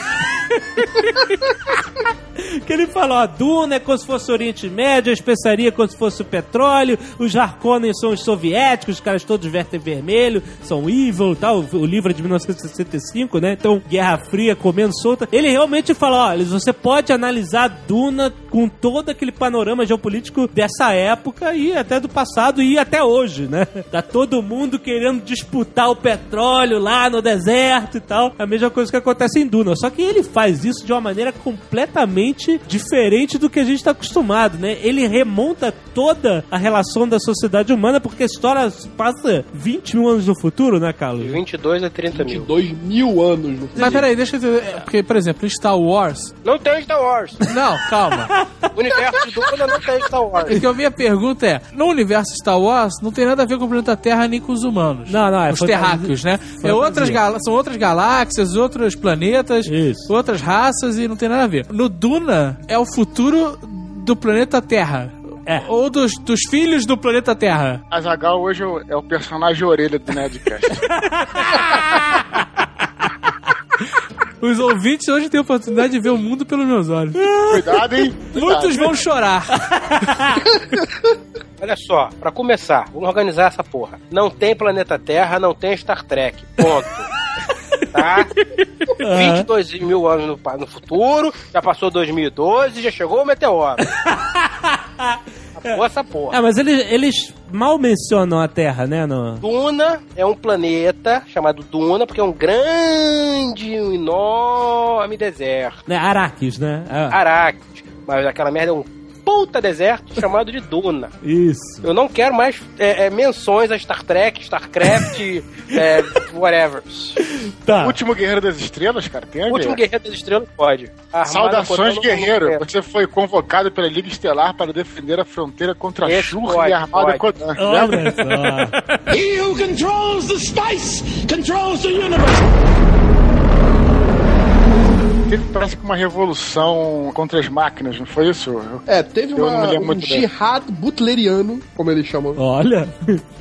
Que ele fala, ó, Duna é como se fosse o Oriente Médio, a especiaria é como se fosse o petróleo, os Harkonnen são os soviéticos, os caras todos vertem vermelho, são evil e tal. O livro é de 1965, né? Então, Guerra Fria, comendo solta. Ele realmente fala, olha, você pode analisar Duna com todo aquele panorama geopolítico dessa época e até é do passado e até hoje, né? Tá todo mundo querendo disputar o petróleo lá no deserto e tal. É A mesma coisa que acontece em Duna. Só que ele faz isso de uma maneira completamente diferente do que a gente tá acostumado, né? Ele remonta toda a relação da sociedade humana, porque a história se passa 20 mil anos no futuro, né,
De
Carlos?
22 a 30
De
mil.
dois mil anos no futuro.
Mas peraí, deixa eu entender. É, Porque, por exemplo, em Star Wars.
Não tem Star Wars.
Não, calma.
O universo de Duna não tem Star Wars.
Porque a minha pergunta é: no universo Star Wars não tem nada a ver com o planeta Terra nem com os humanos.
Não, não, é
Os
fantasia-
terráqueos, né? É
fantasia.
outras gala- são outras galáxias, outros planetas,
Isso.
outras raças e não tem nada a ver. No Duna é o futuro do planeta Terra.
É.
Ou dos, dos filhos do planeta Terra.
Azagal hoje é o- é o personagem orelha do Nerdcast.
Os ouvintes hoje têm a oportunidade de ver o mundo pelos meus olhos.
Cuidado, hein?
Muitos vão chorar.
Olha só, pra começar, vamos organizar essa porra. Não tem planeta Terra, não tem Star Trek. Ponto. Tá? 22 mil anos no, pa- no futuro, já passou 2012, já chegou o meteoro.
Essa porra, essa porra.
É, mas eles, eles mal mencionam a Terra, né? No...
Duna é um planeta chamado Duna, porque é um grande, um enorme deserto.
né, Araques, né? Ah,
Araques. Mas aquela merda é um puta deserto chamado de Duna.
Isso.
Eu não quero mais é, é, menções a Star Trek, StarCraft, é, whatever.
Tá.
Último Guerreiro das Estrelas, cara, tem a ver.
Último Guerreiro das Estrelas pode. Armada
Saudações,
contra o
guerreiro.
mundo.
Você é foi convocado pela Liga Estelar para defender a fronteira contra a
Esse
Shur
pode,
e a Armada
pode.
Conan.
Olha só.
He who controls the spice controls the universe.
Teve, parece que uma revolução contra as máquinas, não foi isso? Eu-
É, teve
Eu não
uma,
me lembro
um
muito bem.
jihad butleriano, como eles chamam.
Olha.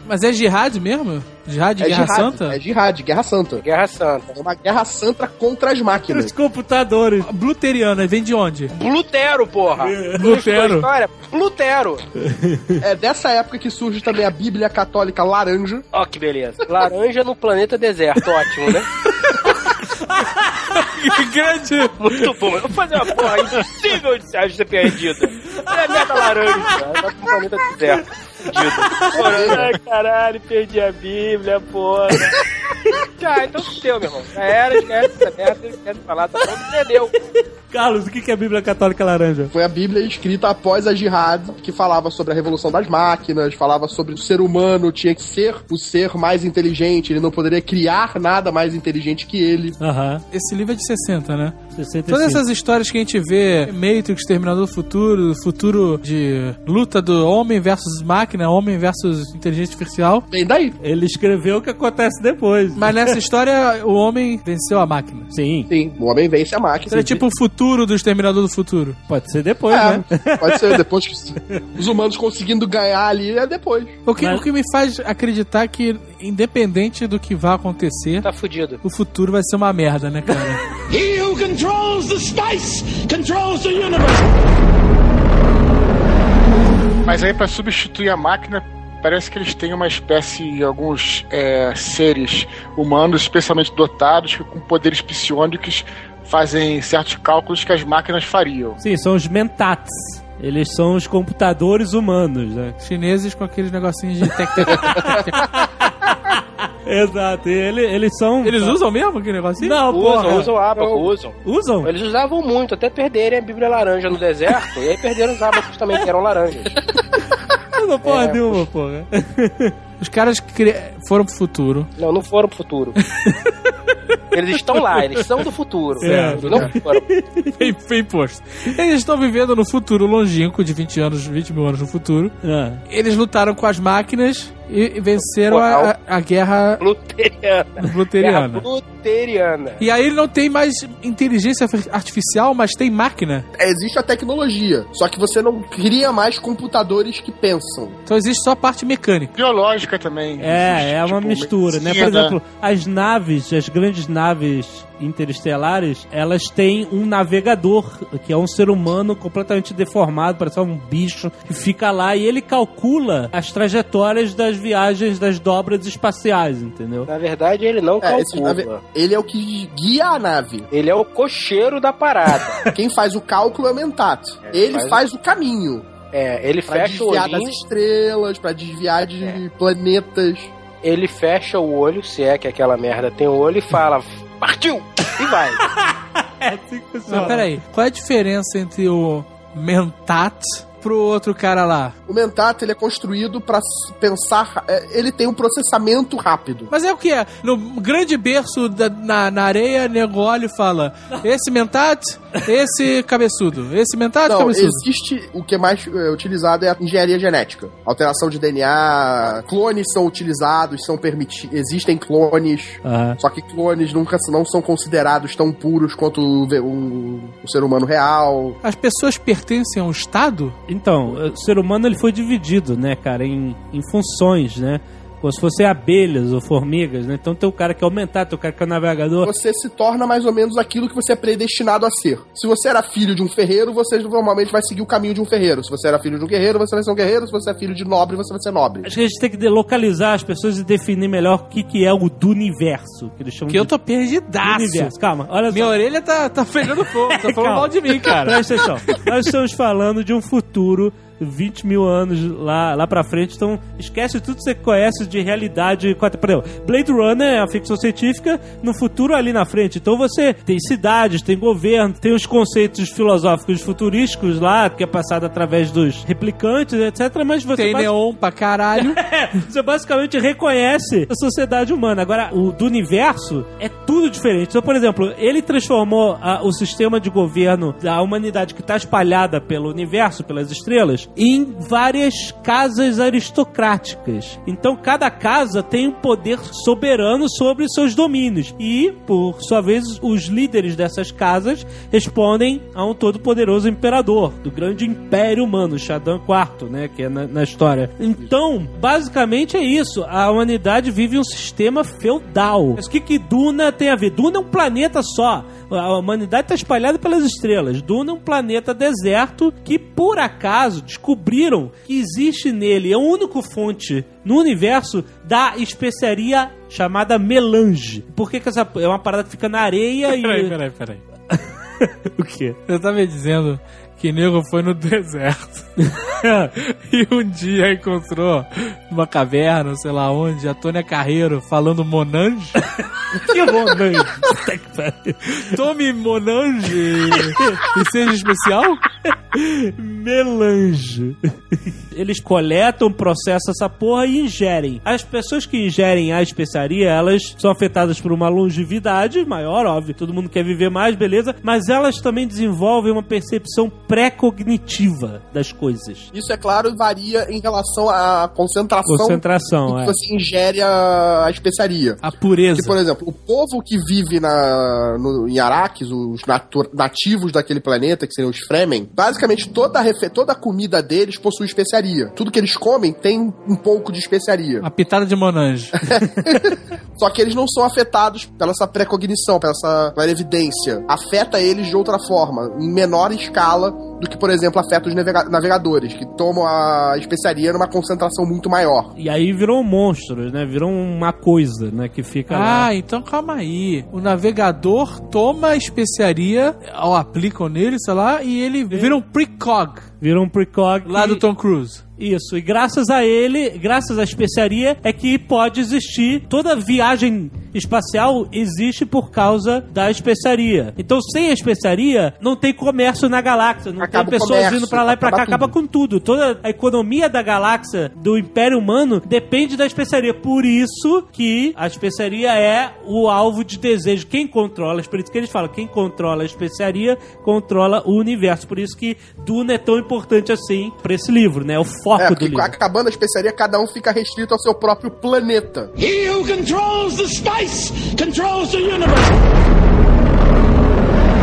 Mas é jihad mesmo? Jihad de
é
Guerra
jihad,
Santa?
É jihad, guerra santa.
Guerra Santa.
É uma guerra santa contra as máquinas.
Os É computadores.
Bluteriana, vem de onde?
Blutero, porra!
Blutero.
História? Blutero!
É dessa época que surge também a Bíblia Católica Laranja.
Ó, que beleza. Laranja no planeta deserto, ótimo, né?
Que grande.
Muito bom. Eu vou fazer uma porra impossível de ser- de ser perdida. É a merda laranja. Tá com o planeta deserto. né? Fudido. Ai, caralho, perdi a Bíblia, porra. Já, então fudeu, meu irmão. Já era, esquece essa merda, esquece de falar, tá bom, perdeu.
Carlos, o que que é a Bíblia Católica Laranja?
Foi a Bíblia escrita após a jihad, que falava sobre a revolução das máquinas, falava sobre o ser humano tinha que ser o ser mais inteligente, ele não poderia criar nada mais inteligente que ele.
Aham.
Esse livro é de 60, né?
65.
Todas essas histórias que a gente vê, Matrix, Terminador do Futuro, futuro de luta do homem versus máquina, homem versus inteligência artificial.
Bem daí.
Ele escreveu o que acontece depois.
Mas nessa história, o homem venceu a máquina.
Sim.
Sim, o homem vence a máquina.
Então é tipo um, o futuro do Exterminador do Futuro.
Pode ser depois, né?
É, pode ser depois que os humanos conseguindo ganhar ali é depois.
O que,
Mas-
o que me faz acreditar que, independente do que vá acontecer,
Tá fudido.
o futuro vai ser uma merda, né, cara?
He who controls the spice controls the universe.
Mas aí, para substituir a máquina, parece que eles têm uma espécie de alguns é, seres humanos especialmente dotados, que com poderes psionicos fazem certos cálculos que as máquinas fariam.
Sim, são os mentats. Eles são os computadores humanos, né?
Chineses com aqueles negocinhos de tec, tec, tec, tec, tec.
Exato. E ele- eles são...
Eles usam mesmo aquele negocinho?
Não, porra.
Usam, usam ábaco, usam.
Usam?
Eles usavam muito, até perderem a Bíblia laranja no deserto, e aí perderam os ábacos também, que eram laranjas.
Usam porra nenhuma, porra.
Os caras cri... foram pro futuro.
Não, não foram pro futuro. Eles estão lá, eles são do futuro.
Certo,
não foram.
Bem, bem posto. Eles estão vivendo no futuro longínquo, de 20 anos, 20 mil anos no futuro.
Ah.
Eles lutaram com as máquinas e venceram a, a, a guerra
Luteriana. Tá
luteriana.
Luteriana.
E aí ele não tem mais inteligência artificial, mas tem máquina.
É, existe a tecnologia, só que você não cria mais computadores que pensam.
Então existe só a parte mecânica.
Biológica também.
É,
existe,
é uma
tipo,
mistura, né? Por
medicina.
exemplo, as naves, as grandes naves interestelares, elas têm um navegador, que é um ser humano completamente deformado, parece um bicho, que fica lá e ele calcula as trajetórias das viagens das dobras espaciais, entendeu?
Na verdade, ele não
É,
calcula.
esse nave- ele é o que guia a nave.
Ele é o cocheiro da parada.
Quem faz o cálculo é o Mentato. Ele
faz-
faz o caminho
é, ele
Pra
fecha o
desviar das
olhinho, É.
estrelas, pra desviar de planetas.
ele fecha o olho, se é que aquela merda tem o olho, e fala, partiu! E vai.
É, assim que funciona.
Mas peraí, qual é a diferença entre o Mentat pro outro cara lá?
O Mentato ele é construído pra s- pensar, é, ele tem um processamento rápido.
Mas é o que é? No grande berço da- na, na areia, nego olha e fala: esse mentat, esse cabeçudo. Esse mentat,
Não,
cabeçudo.
existe o que é mais é, utilizado é a engenharia genética. Alteração de DNA, clones são utilizados, são permitidos, existem clones.
Aham.
Só que clones nunca s- não são considerados tão puros quanto o, ve- o- o ser humano real.
As pessoas pertencem a um Estado?
Então, o ser humano ele foi dividido, né, cara, em, em funções, né? Como se fossem abelhas ou formigas, né? Então tem o cara que é aumentar, tem o cara que é o navegador.
Você se torna mais ou menos aquilo que você é predestinado a ser. Se você era filho de um ferreiro, você normalmente vai seguir o caminho de um ferreiro. Se você era filho de um guerreiro, você vai ser um guerreiro. Se você é filho de nobre, você vai ser nobre.
Acho que a gente tem que de- localizar as pessoas e definir melhor o que, que é o do universo. Que eles chamam
Que eu
de
tô perdidaço.
universo. Calma, olha
Minha
só.
orelha tá, tá pegando fogo, tá falando
Calma.
mal de mim, cara.
Presta atenção. Nós estamos falando de um futuro 20 mil anos lá, lá pra frente. Então, esquece tudo que você conhece de realidade. quatro- Por exemplo, Blade Runner é a ficção científica no futuro ali na frente. Então, você tem cidades, tem governo, tem os conceitos filosóficos futurísticos lá, que é passado através dos replicantes, etc. Mas você
Tem
basi-
neon pra caralho.
você basicamente reconhece a sociedade humana. Agora, o do universo é tudo diferente. Então, por exemplo, ele transformou ah, o sistema de governo da humanidade que está espalhada pelo universo, pelas estrelas, em várias casas aristocráticas. Então, cada casa tem um poder soberano sobre seus domínios. E, por sua vez, os líderes dessas casas respondem a um todo-poderoso imperador do grande império humano, Shadan IV, né? Que é na, na história. Então, basicamente é isso. A humanidade vive um sistema feudal. Mas o que, que Duna tem a ver? Duna é um planeta só. A humanidade está espalhada pelas estrelas. Duna é um planeta deserto que, por acaso, descobriram que existe nele, é a única fonte no universo da especiaria chamada melange. Por que, que essa é uma parada que fica na areia e.
peraí, peraí, peraí.
O quê?
Você tá me dizendo que nego foi no deserto e um dia encontrou numa caverna, sei lá onde, a Tônia Carreiro falando Monange?
Que melange?
Tome Monange e- e seja especial?
Melange. Eles coletam, processam essa porra e ingerem. As pessoas que ingerem a especiaria, elas são afetadas por uma longevidade maior, óbvio. Todo mundo quer viver mais, beleza. Mas elas também desenvolvem uma percepção pré-cognitiva das coisas.
Isso, é claro, varia em relação à concentração
Concentração,
que
é.
você ingere a, a especiaria.
A pureza.
Que, por exemplo, o povo que vive na, no- em Araques, os natu- nativos daquele planeta, que seriam os Fremen, basicamente toda a, refe- toda a comida deles possui especiaria. Tudo que eles comem tem um pouco de especiaria.
Uma pitada de Monange.
Só que eles não são afetados pela essa precognição, pela essa pela evidência. Afeta eles de outra forma, em menor escala do que, por exemplo, afeta os navega- navegadores, que tomam a especiaria numa concentração muito maior.
E aí virou um monstro, né? Virou uma coisa, né? Que fica lá.
Ah, então calma aí. O navegador toma a especiaria, ou aplicam nele, sei lá, e ele vira um precog
Virou um precog.
lá
e-
do Tom Cruise.
Isso, e graças a ele, graças à especiaria, é que pode existir. Toda viagem espacial existe por causa da especiaria. Então, sem a especiaria, não tem comércio na galáxia, não
Acaba o
tem pessoas
comércio,
indo pra lá e pra cá,
acaba
acaba com tudo. Toda a economia da galáxia, do Império Humano, depende da especiaria. Por isso que a especiaria é o alvo de desejo. Quem controla, é por isso que eles falam, quem controla a especiaria controla o universo. Por isso que Duna é tão importante assim pra esse livro, né? É o foco
É,
do
porque
livro.
acabando a especiaria, cada um fica restrito ao seu próprio planeta.
He who controls the spice controls the universe.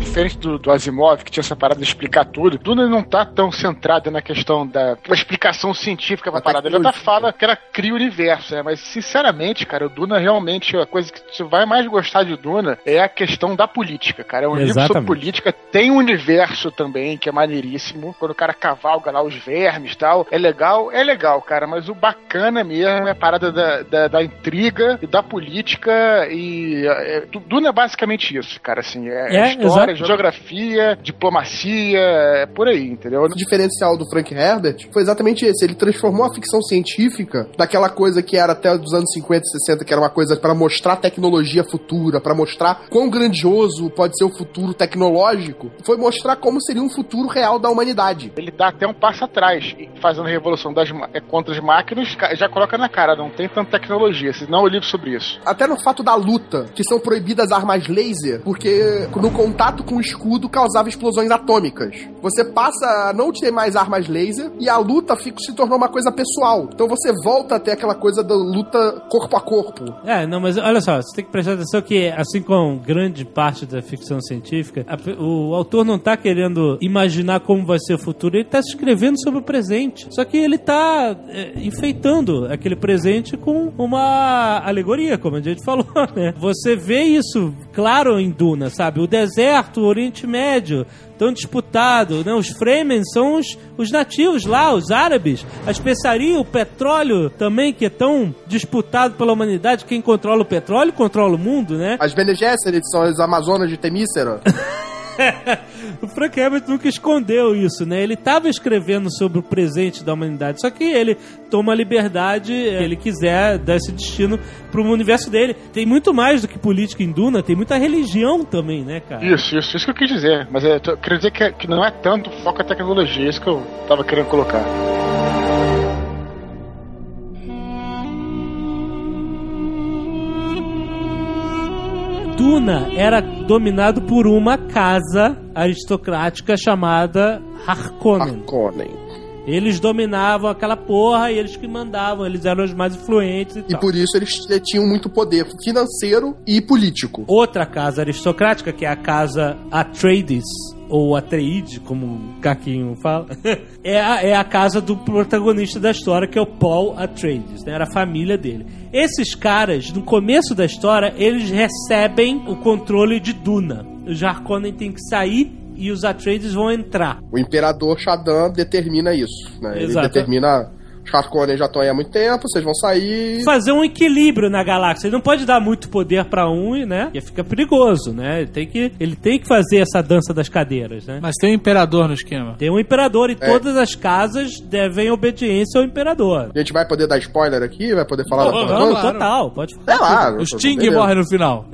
Diferente do, do Asimov, que tinha essa parada de explicar tudo, Duna não tá tão centrada na questão da uma explicação científica pra
Ela tá
parada. Ela tá
científica.
fala que ela cria o universo, né? Mas, sinceramente, cara, o Duna realmente, a coisa que você vai mais gostar de Duna é a questão da política, cara. É um livro sobre
Exatamente.
política. Tem um universo também, que é maneiríssimo. Quando o cara cavalga lá os vermes e tal. É legal? É legal, cara. Mas o bacana mesmo é a parada da, da, da intriga e da política e... é, Du- Duna é basicamente isso, cara, assim. É,
É,
história,
exato.
geografia, diplomacia, é por aí, entendeu?
O diferencial do Frank Herbert foi exatamente esse. Ele transformou a ficção científica daquela coisa que era até dos anos 50 e 60, que era uma coisa pra mostrar tecnologia futura, pra mostrar quão grandioso pode ser o futuro tecnológico, foi mostrar como seria um futuro real da humanidade.
Ele dá até um passo atrás, e fazendo a revolução das, ma- é, contra as máquinas, ca- já coloca na cara, não tem tanta tecnologia, senão eu livro sobre isso.
Até no fato da luta, que são proibidas armas laser, porque no contato com o escudo causava explosões atômicas. Você passa a não ter mais armas laser e a luta fica, se tornou uma coisa pessoal. Então você volta até aquela coisa da luta corpo a corpo.
É, não, mas olha só, você tem que prestar atenção que, assim como grande parte da ficção científica, a pe- o autor não tá querendo imaginar como vai ser o futuro, ele tá escrevendo sobre o presente. Só que ele tá é, enfeitando aquele presente com uma alegoria, como a gente falou, né? Você vê isso claro em Duna, sabe? O deserto, o Oriente Médio, tão disputado, né? Os Fremen são os, os nativos lá, os árabes. A especiaria, o petróleo também, que é tão disputado pela humanidade. Quem controla o petróleo controla o mundo, né?
As Bene Gesserit são as Amazonas de Temícera.
o Frank Herbert nunca escondeu isso, né? Ele estava escrevendo sobre o presente da humanidade, só que ele toma a liberdade é, que ele quiser dar esse destino pro universo dele. Tem muito mais do que política em Duna, tem muita religião também, né, cara?
Isso, isso, isso que eu quis dizer. Mas é, eu queria dizer que, que não é tanto foco na tecnologia, é isso que eu tava querendo colocar.
Duna era dominado por uma casa aristocrática chamada Harkonnen.
Harkonnen.
Eles dominavam aquela porra e eles que mandavam, eles eram os mais influentes e,
E
Tá.
tal.
por isso eles t- tinham muito poder financeiro e político.
Outra casa aristocrática, que é a casa Atreides, ou Atreide, como o Caquinho fala, é, a, é a casa do protagonista da história, que é o Paul Atreides, né? era a família dele. Esses caras, no começo da história, eles recebem o controle de Duna. Os Harkonnen têm que sair e os Atreides vão entrar.
O imperador Shadan determina isso, né? Ele
Exato.
determina. Os Harkonnen já estão aí há muito tempo, vocês vão sair.
fazer um equilíbrio na galáxia. Ele não pode dar muito poder pra um, e, né? E fica perigoso, né? Ele tem que, ele tem que fazer essa dança das cadeiras, né?
Mas tem um imperador no esquema.
Tem um imperador e
É.
todas as casas devem obediência ao imperador.
A gente vai poder dar spoiler aqui, vai poder falar da
vamos
Torrance?
lá. claro.
Total, pode falar.
Sei lá.
O
eu-
Sting
beleza.
morre no final.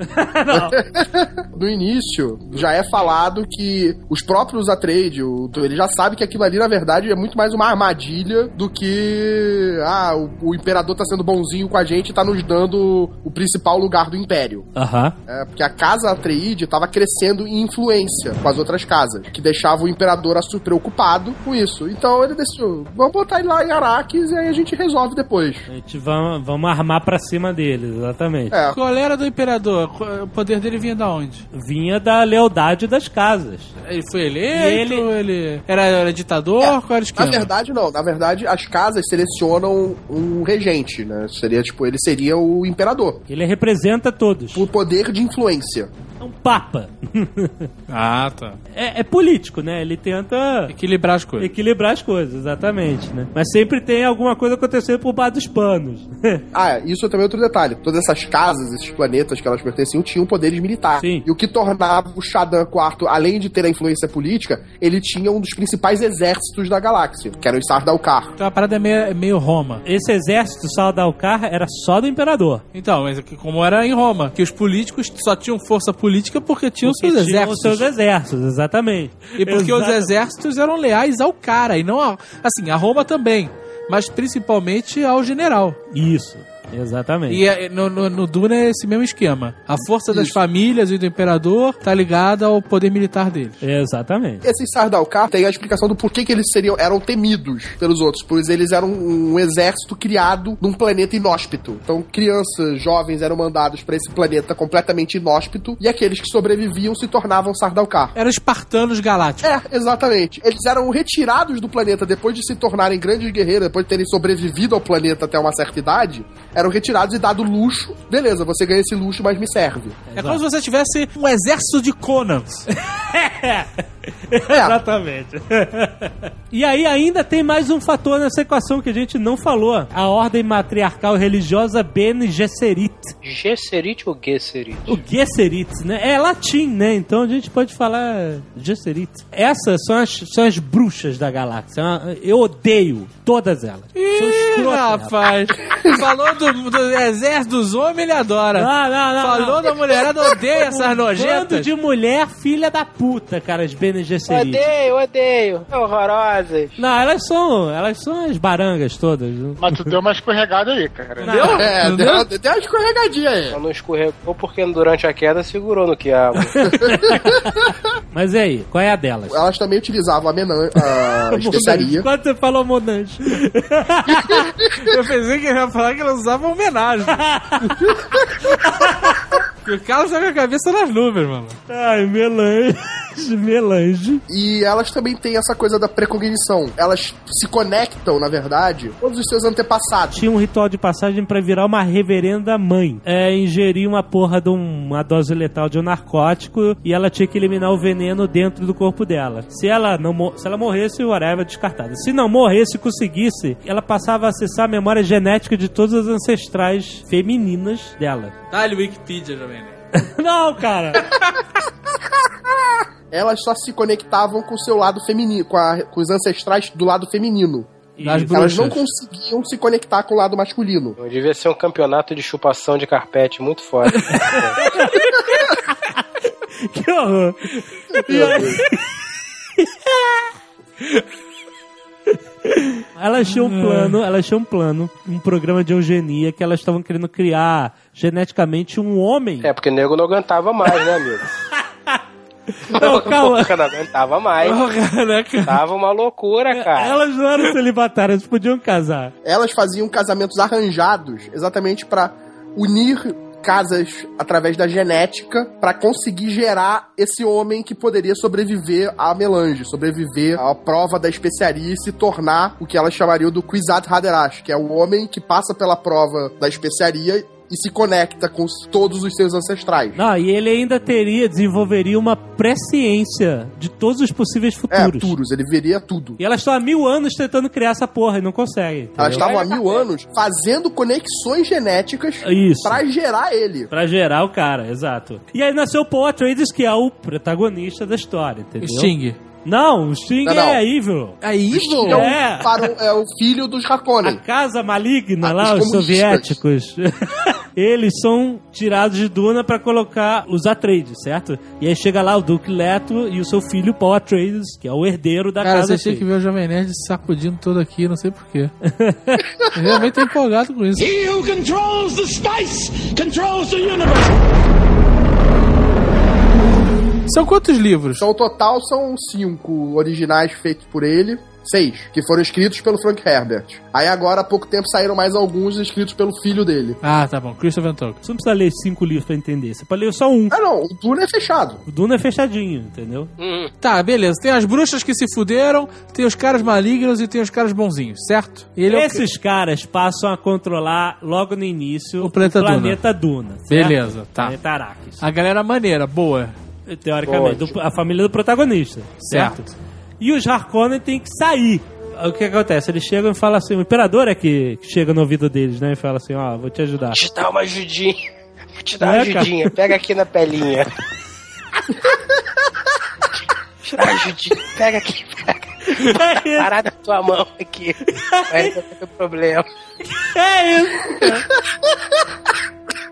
No início, já é falado que os próprios Atreides, o- ele já sabe que aquilo ali, na verdade, é muito mais uma armadilha do que. Ah, o, o imperador tá sendo bonzinho com a gente e tá nos dando o principal lugar do império.
Aham.
É, porque a casa Atreide tava crescendo em influência com as outras casas, que deixava o imperador assim, preocupado com isso. Então ele decidiu: vamos botar ele lá em Araques e aí a gente resolve depois.
A gente vamos, vamos armar pra cima deles, exatamente.
É,
Qual era do imperador? Qu- O poder dele vinha da onde?
Vinha da lealdade das casas.
Ele foi eleito?
E É,
Ele, era, era ditador? Qual era o
Na
esquema?
verdade, não. Na verdade, as casas selecionam um regente, né? Seria, tipo, ele seria o imperador.
Ele representa todos.
Por poder de influência.
É um papa.
Ah, tá.
é, é político, né? Ele tenta
Equilibrar as coisas.
equilibrar as coisas, exatamente, né? Mas sempre tem alguma coisa acontecendo por baixo dos panos.
Ah, isso é também outro detalhe. Todas essas casas, esses planetas que elas pertenciam, tinham poderes militares.
Sim.
E o que tornava o Shadan IV, além de ter a influência política, ele tinha um dos principais exércitos da galáxia, que era o Sardaukar.
Então a parada é meio, é meio Roma.
Esse exército Sardaukar era só do imperador.
Então, mas é que como era em Roma, que os políticos só tinham força política porque tinham
Porque
seus
tinham
exércitos.
os seus exércitos, exatamente.
E porque os
Exata-
exércitos eram leais ao cara, e não a, assim, a Roma também, mas principalmente ao general.
Isso, exatamente.
E é, no, no, no Duna é esse mesmo esquema. A força das famílias e do imperador tá ligada ao poder militar deles.
Exatamente.
Esses Sardaukar tem a explicação do porquê que eles seriam, eram temidos pelos outros, pois eles eram um exército criado num planeta inóspito. Então, crianças, jovens eram mandados pra esse planeta completamente inóspito e aqueles que sobreviviam se tornavam Sardaukar.
Eram espartanos galácticos.
É, exatamente. Eles eram retirados do planeta depois de se tornarem grandes guerreiros, depois de terem sobrevivido ao planeta até uma certa idade, eram retirados e dado luxo. Beleza, você ganha esse luxo, mas me serve.
É, como se você tivesse um exército de Conans.
É,
Exatamente. e aí ainda tem mais um fator nessa equação que a gente não falou. A ordem matriarcal religiosa Bene Gesserit.
Gesserit ou Gesserit?
O Gesserit, né? É latim, né? Então a gente pode falar Gesserit. Essas são as, são as bruxas da galáxia. É uma- Eu odeio todas elas. são
Ih,
escrotas.
rapaz. Falou do, do exército dos homens, ele adora.
Não, não, não,
Falou
não.
da mulherada, odeia essas
Bando
nojentas.
de mulher filha da puta, cara, as Bene Gesserit.
Odeio, odeio. É Horrorosas.
Não, elas são, elas são as barangas todas. né?
Mas tu deu uma escorregada aí, cara.
Não,
é, deu, uma- deu uma escorregadinha aí.
Só não escorregou porque durante a queda segurou no quiabo.
Mas e aí, qual é a delas?
Elas também utilizavam a, menan, a especiaria.
Quando você falou Monange.
Eu pensei que ele ia falar que ela usava homenagem. Que o Carlos tá com a cabeça nas nuvens, mano.
Ai, Melange. Melange.
E elas também têm essa coisa da precognição. Elas se conectam, na verdade, com todos os seus antepassados.
Tinha um ritual de passagem pra virar uma reverenda mãe. É, ingerir uma porra de um- uma dose letal de um narcótico e ela tinha que eliminar o veneno dentro do corpo dela. Se ela não mo- se ela morresse, o Areva é descartada. Se não morresse e conseguisse, ela passava a acessar a memória genética de todas as ancestrais femininas
Tá,
dela.
é Dá-lhe Wikipedia também, né?
não, cara.
elas só se conectavam com o seu lado feminino, com, a- com os ancestrais do lado feminino.
Das
Elas não
bruxas.
conseguiam se conectar com o lado masculino.
Eu devia ser um campeonato de chupação de carpete muito forte.
Que horror. Elas tinham
É.
um plano, elas tinham um plano, um programa de eugenia que elas estavam querendo criar geneticamente um homem.
é, porque o nego não aguentava mais, né, amigo?
Não, calma.
Não aguentava mais.
Caraca.
Tava uma loucura, cara.
né, Elas não eram celibatárias, podiam casar.
Elas faziam casamentos arranjados exatamente pra unir casas através da genética pra conseguir gerar esse homem que poderia sobreviver à melange, sobreviver à prova da especiaria e se tornar o que elas chamariam do Kwisatz Haderach, que é o homem que passa pela prova da especiaria e se conecta com os- todos os seus ancestrais.
Não, e ele ainda teria, desenvolveria uma presciência de todos os possíveis
É,
futuros.
Turus, ele veria tudo.
E elas estão há mil anos tentando criar essa porra e não conseguem. entendeu?
Elas estavam há mil anos fazendo conexões genéticas
Isso.
pra gerar ele.
Pra gerar o cara, exato. E aí nasceu o Paul Atreides, que é o protagonista da história, entendeu?
Sting.
Não, o Sting
Não, não.
é evil.
Aí,
Sting é,
É.
um- para um- é o filho dos
A
Harkonnen.
casa maligna
Ah,
lá, os
os comunistas.
soviéticos, eles são tirados de Duna pra colocar os Atreides, certo? E aí chega lá o Duque Leto e o seu filho Paul Atreides, que é o herdeiro da
Cara,
casa
vocês tinham que
Atreides.
ver o Jovem Nerd sacudindo todo aqui, não sei porquê. Realmente tô empolgado com isso.
He who controls the space controls the universe.
São quantos livros?
Então, o total são cinco originais feitos por ele. Seis, que foram escritos pelo Frank Herbert. Aí agora, há pouco tempo, saíram mais alguns escritos pelo filho dele.
Ah, tá bom. Christopher Tolkien.
Você não precisa ler cinco livros pra entender, você pode ler só um.
Ah, não, o turno é fechado.
O Duna é fechadinho, entendeu?
Tá, beleza. Tem as bruxas que se fuderam, tem os caras malignos e tem os caras bonzinhos, certo? Ele é o
Esses caras passam a controlar logo no início
O planeta Duna.
Duna. certo?
Beleza, tá.
Planeta Arrakis.
A galera maneira, boa.
Teoricamente, do- a família do protagonista. Certo?
Certo.
E os Harkonnen têm que sair. O que acontece? Eles chegam e falam assim: o imperador é que que chega no ouvido deles, né? E fala assim: ó, vou te ajudar.
Vou te dar uma ajudinha. Vou te dar uma
É, cara.
ajudinha. Pega aqui na pelinha. Vou te dar uma ajudinha. Pega aqui.
É isso,
Parar na tua mão aqui. Aí não tem problema.
é isso.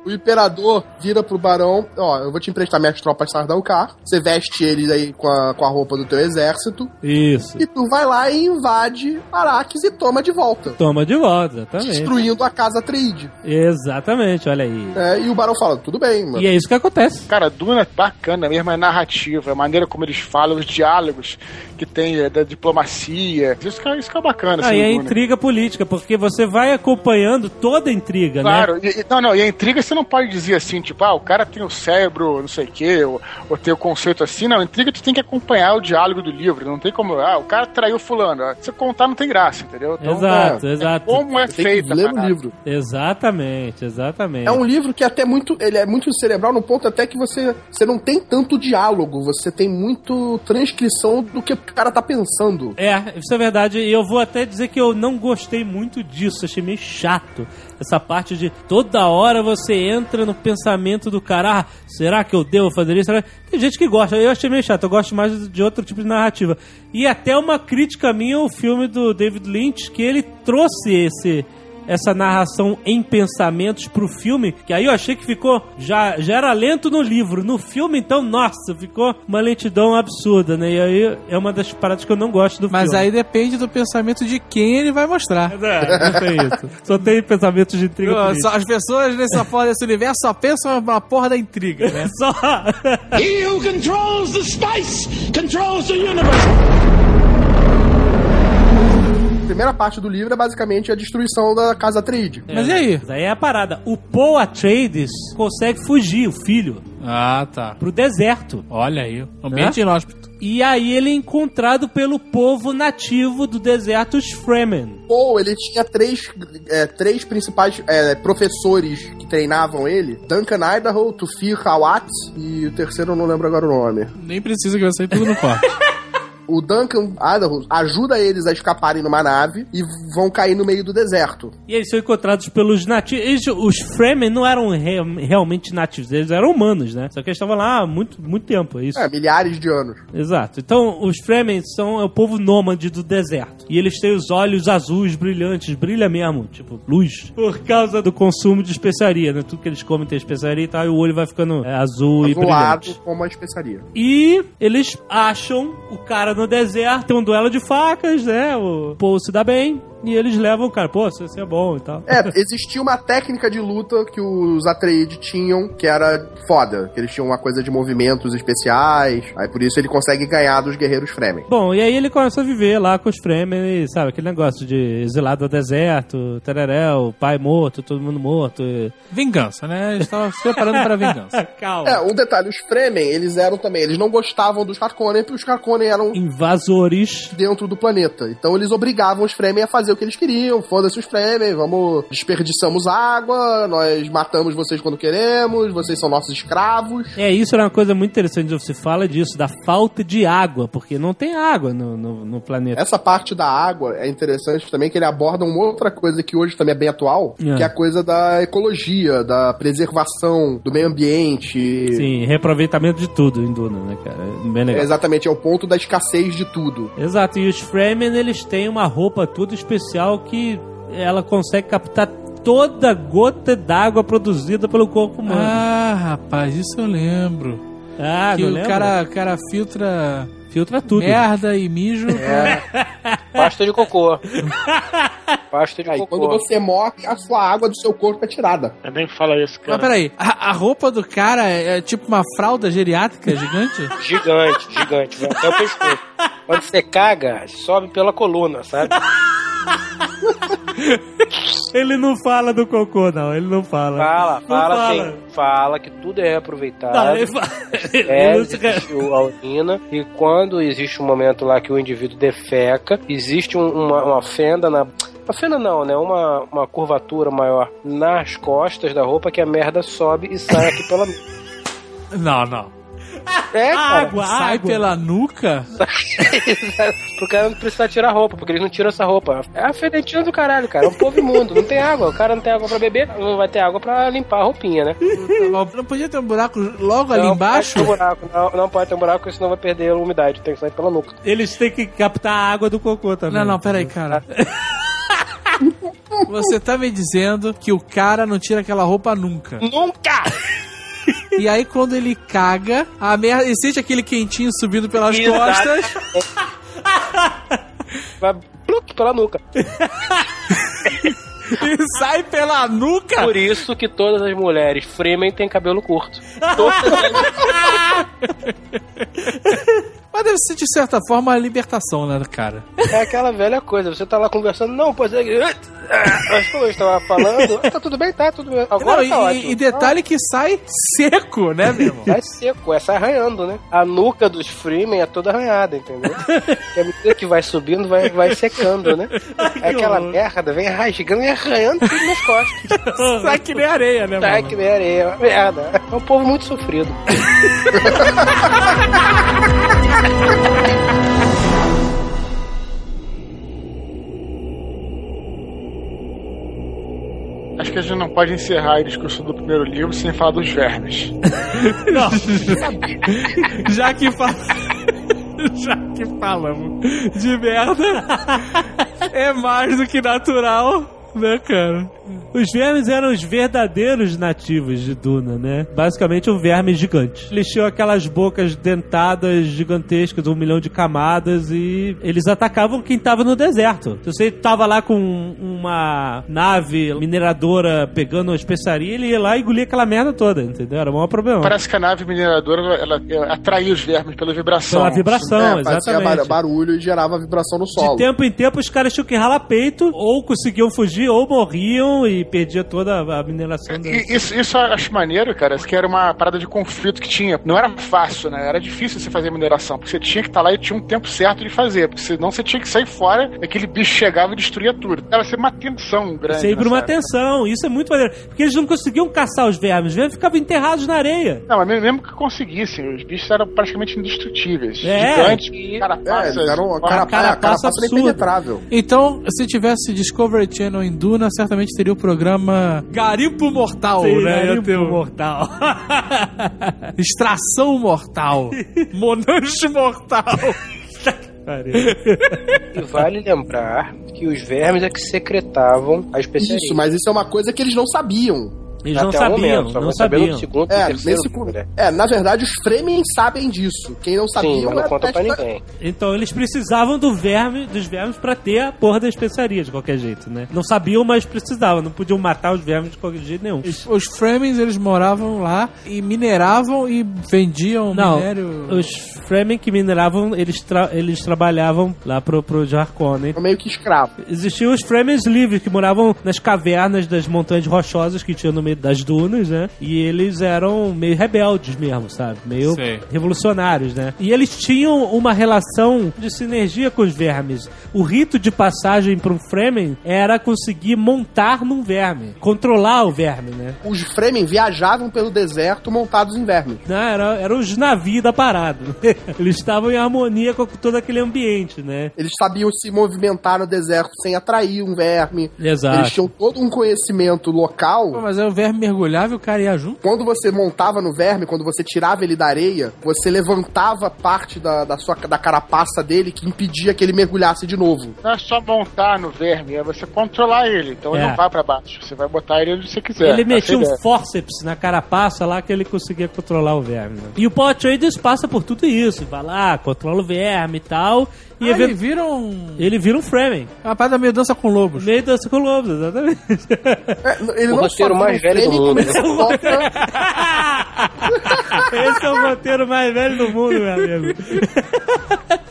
O imperador vira pro barão: Ó, eu vou te emprestar minhas tropas Sardaukar. Você veste eles aí com a, com a roupa do teu exército.
Isso.
E tu vai lá e invade Araques e toma de volta.
Toma de volta, exatamente.
Destruindo a casa Atreide.
Exatamente, olha aí.
É, e o barão fala: tudo bem, mano.
E é isso que acontece.
Cara, Duna é bacana mesmo, é narrativa, a maneira como eles falam, os diálogos que tem é, da diplomacia. Isso que é, isso que é bacana,
Aí
assim,
é
Duna.
intriga política, porque você vai acompanhando toda a intriga, né?
Claro, e- e- não, não, e a intriga você não pode dizer assim, tipo, ah, o cara tem o cérebro, não sei o quê, ou, ou tem o conceito assim. Não, a intriga tu tem que acompanhar o diálogo do livro, não tem como, ah, o cara traiu fulano. Ah, Se você contar não tem graça, entendeu?
Exato,
é- é
exato.
como é
Tem que
feita a
ler o
parada.
livro.
Exatamente, exatamente.
É um livro que até muito, ele é muito cerebral no ponto até que você, você não tem tanto diálogo, você tem muito transcrição do que o cara tá pensando.
É, isso é verdade. E eu vou até dizer que eu não gostei muito disso. Achei meio chato. Essa parte de toda hora você entra no pensamento do cara. Ah, será que eu devo fazer isso? Será- Tem gente que gosta. Eu achei meio chato. Eu gosto mais de outro tipo de narrativa. E até uma crítica minha ao filme do David Lynch, que ele trouxe esse essa narração em pensamentos pro filme, que aí eu achei que ficou já, já era lento no livro, no filme então, nossa, ficou uma lentidão absurda, né? E aí é uma das paradas que eu não gosto do
Mas
filme.
aí depende do pensamento de quem ele vai mostrar.
Mas É, não tem isso. Só tem pensamentos de intriga
Só-
política.
As pessoas nessa porra desse universo só pensam na porra da intriga, né?
Só...
He who controls the space controls the universe.
A primeira parte do livro é basicamente a destruição da casa Atreides.
Mas e aí?
Mas aí é a parada. O Paul Atreides consegue fugir, o filho,
Ah, tá.
pro deserto.
Olha aí. Ambiente inóspito.
E aí ele é encontrado pelo povo nativo do deserto, os Fremen.
Ou ele tinha três, é, três principais é, professores que treinavam ele: Duncan Idaho, Tufir Hawat e o terceiro eu não lembro agora o nome.
Nem precisa que vai sair tudo no corte.
O Duncan Idaho ajuda eles a escaparem numa nave e vão cair no meio do deserto.
E eles são encontrados pelos nativos. Os Fremen não eram re- realmente nativos, eles eram humanos, né? Só que eles estavam lá há muito, muito tempo, é isso.
É, milhares de anos.
Exato. Então, os Fremen são é o povo nômade do deserto. E eles têm os olhos azuis, brilhantes, brilha mesmo, tipo, luz. Por causa do consumo de especiaria, né? Tudo que eles comem tem especiaria e tal, e o olho vai ficando é, azul e
Voado
brilhante.
como a especiaria.
E eles acham o cara no deserto, tem um duelo de facas, né? O Paul se dá bem. E eles levam o cara, pô, você você é bom e tal.
É, existia uma técnica de luta que os Atreides tinham que era foda. Que eles tinham uma coisa de movimentos especiais. Aí por isso ele consegue ganhar dos guerreiros Fremen.
Bom, e aí ele começa a viver lá com os Fremen, e, sabe? Aquele negócio de exilado ao deserto, tereréu, pai morto, todo mundo morto. e-
Vingança, né? Eles estavam se preparando pra vingança.
Calma.
É, um detalhe, os Fremen, eles eram também, eles não gostavam dos Harkonnen, porque os Harkonnen eram
Invasores.
dentro do planeta. Então eles obrigavam os Fremen a fazer o que eles queriam. Foda-se os Fremen, vamos desperdiçamos água, nós matamos vocês quando queremos, vocês são nossos escravos.
É, isso era uma coisa muito interessante. Se fala disso, da falta de água, porque não tem água no, no, no planeta.
Essa parte da água é interessante também que ele aborda uma outra coisa que hoje também é bem atual,
É.
que é a coisa da ecologia, da preservação do meio
É.
ambiente.
Sim, reaproveitamento de tudo em Duna, né, cara? É Bem
É,
legal.
exatamente, é o ponto da escassez de tudo.
É.
Exato, e os Fremen, eles têm uma roupa toda especial que ela consegue captar toda gota d'água produzida pelo corpo humano.
Ah, rapaz, isso eu lembro.
Ah,
que
não
o
lembra?
cara, cara filtra
filtra tudo.
merda e mijo.
Pasta de cocô. Pasta de
Aí, quando
cocô.
você morre, a sua água do seu corpo é tirada.
Eu nem fala isso,
Mas
cara.
peraí, a, a roupa do cara é, é tipo uma fralda geriátrica gigante?
Gigante, gigante. Vai até o um pescoço. Quando você caga, sobe pela coluna, sabe?
Ele não fala do cocô, não. Ele não fala. Tá,
Fala,
Não
fala, sim. Fala que tudo é aproveitado.
Não, ele fala.
É,
Ele não se re-
existe o- a urina, e quando existe um momento lá que o indivíduo defeca, existe um- uma, uma fenda na. Uma fenda não, né? Uma, uma curvatura maior nas costas da roupa que a merda sobe e sai aqui pela.
Não, não.
É, cara.
Água,
Sai
água.
pela nuca?
Pro cara não precisar tirar roupa, porque eles não tiram essa roupa. É a fedentina do caralho, cara. É um povo imundo. Não tem água. O cara não tem água pra beber, não vai ter água pra limpar a roupinha, né?
Não podia ter um buraco logo ali
Não
embaixo?
pode ter um buraco, não, não pode ter um buraco, porque senão vai perder a umidade. Tem que sair pela nuca.
Eles têm que captar a água do cocô também.
Não, não, peraí, cara. Você tá me dizendo que o cara não tira aquela roupa nunca.
Nunca!
E aí, quando ele caga, a merda. E sente aquele quentinho subindo pelas
Exato.
costas.
Vai plup, pela nuca.
E sai pela nuca.
Por isso que todas as mulheres Fremen têm cabelo curto. Todas elas-
Mas deve ser, de certa forma, a libertação, né, cara?
é aquela velha coisa. Você tá lá conversando, não, pois é. que- Mas como eu estava falando, "Ah, tá tudo bem, tá tudo bem. Agora
Não,
tá
e-
ótimo.
e, e detalhe que sai seco, né, meu irmão?
Não, Vai seco, é sai arranhando, né? A nuca dos Freeman é toda arranhada, entendeu? Porque à medida que vai subindo, vai, vai secando, né?
que
É aquela
horror.
merda, vem rasgando e arranhando tudo nas costas.
Sai que nem areia, né,
Tá,
mano?
que nem areia, é uma merda. É um povo muito sofrido.
Acho que a gente não pode encerrar a discussão do primeiro livro sem falar dos vermes.
Já que fa... Já que falamos de merda, é mais do que natural, né, cara?
Os vermes eram os verdadeiros nativos de Duna, né? Basicamente um verme gigante. Eles tinham aquelas bocas dentadas gigantescas, um milhão de camadas, e eles atacavam quem tava no deserto. Se você tava lá com uma nave mineradora pegando uma especiaria, ele ia lá e engolia aquela merda toda, entendeu? Era o maior problema.
Parece que a nave mineradora ela, ela atraía os vermes pela vibração.
Pela vibração,
é, fazia
exatamente.
bar- barulho e gerava vibração no solo.
De tempo em tempo, os caras tinham que ralar peito ou conseguiam fugir explodir ou morriam e perdia toda a mineração da...
E isso, isso eu acho maneiro, cara, que era uma parada de conflito que tinha. Não era fácil, né? Era difícil você fazer mineração, porque você tinha que estar lá e tinha um tempo certo de fazer, porque senão você tinha que sair fora, aquele bicho chegava e destruía tudo. Era ser uma tensão grande.
Sempre uma
nessa época.
atenção, isso é muito maneiro. Porque eles não conseguiam caçar os vermes, os vermes ficavam enterrados na areia.
Não, mas me- mesmo que conseguissem, os bichos eram praticamente indestrutíveis.
É.
Gigantes,
É,
carapaças.
eles eram uma
cara-
carapaça, carapaça,
carapaça
carapaça
absurda.
impenetrável.
Então, se tivesse Discovery Channel em Duna, certamente teria o programa Garimpo Mortal,
Sim,
né?
né?
Ia ter
Garimpo
o-
mortal.
Extração Mortal. Monange Mortal.
E vale lembrar que os vermes é que secretavam as especiarias.
Isso, mas isso é uma coisa que eles não sabiam.
Eles não
Até o
sabiam,
momento, só
não
vão saber tipo. no
sabiam.
segundo,
É,
terceiro,
nesse cu-
né?
é, na verdade, os Fremen sabem disso. Quem não sabia é
Sim, mas não
era
conta pra
testa-
ninguém.
Então eles precisavam do verme, dos vermes pra ter a porra da especiaria de qualquer jeito, né? Não sabiam, mas precisavam, não podiam matar os vermes de qualquer jeito nenhum.
Os Fremens, eles moravam lá e mineravam e vendiam
Não,
é um minério.
os Fremen que mineravam, eles, tra- eles trabalhavam lá pro, pro Jarkon,
Meio que escravo.
Existiam os Fremens livres, que moravam nas cavernas das montanhas rochosas que tinham no meio das dunas, né? E eles eram meio rebeldes mesmo, sabe? Meio
Sei.
revolucionários, né? E eles tinham uma relação de sinergia com os vermes. O rito de passagem para um Fremen era conseguir montar num verme, controlar o verme, né?
Os Fremen viajavam pelo deserto montados em vermes.
Não, era, era os navios da parada. Eles estavam em harmonia com todo aquele ambiente, né?
Eles sabiam se movimentar no deserto sem atrair um verme.
Exato.
Eles tinham todo um conhecimento
Pô,
local.
mas aí o verme mergulhava e o cara ia junto?
Quando você montava no verme, quando você tirava ele da areia, você levantava parte da, da sua da carapaça dele que impedia que ele mergulhasse de novo.
Não é só montar no verme, é você controlar ele. Então
É.
ele não vai pra baixo. Você vai botar ele onde você quiser. tá
ele
Essa
metia um
É, ideia.
forceps na carapaça lá que ele conseguia controlar o verme. né? E o Power Traders passa por tudo isso. Vai lá, controla o verme e tal. E
E
ele,
ele
vira...
viram
ele vira um Fremen.
É uma parada meio dança com lobos.
Meio dança com lobos, exatamente.
É, ele
O
não
roteiro
só
mais
vira um
velho do
Fremen,
mundo.
ele sofre-
Esse é o roteiro mais velho do mundo, meu amigo.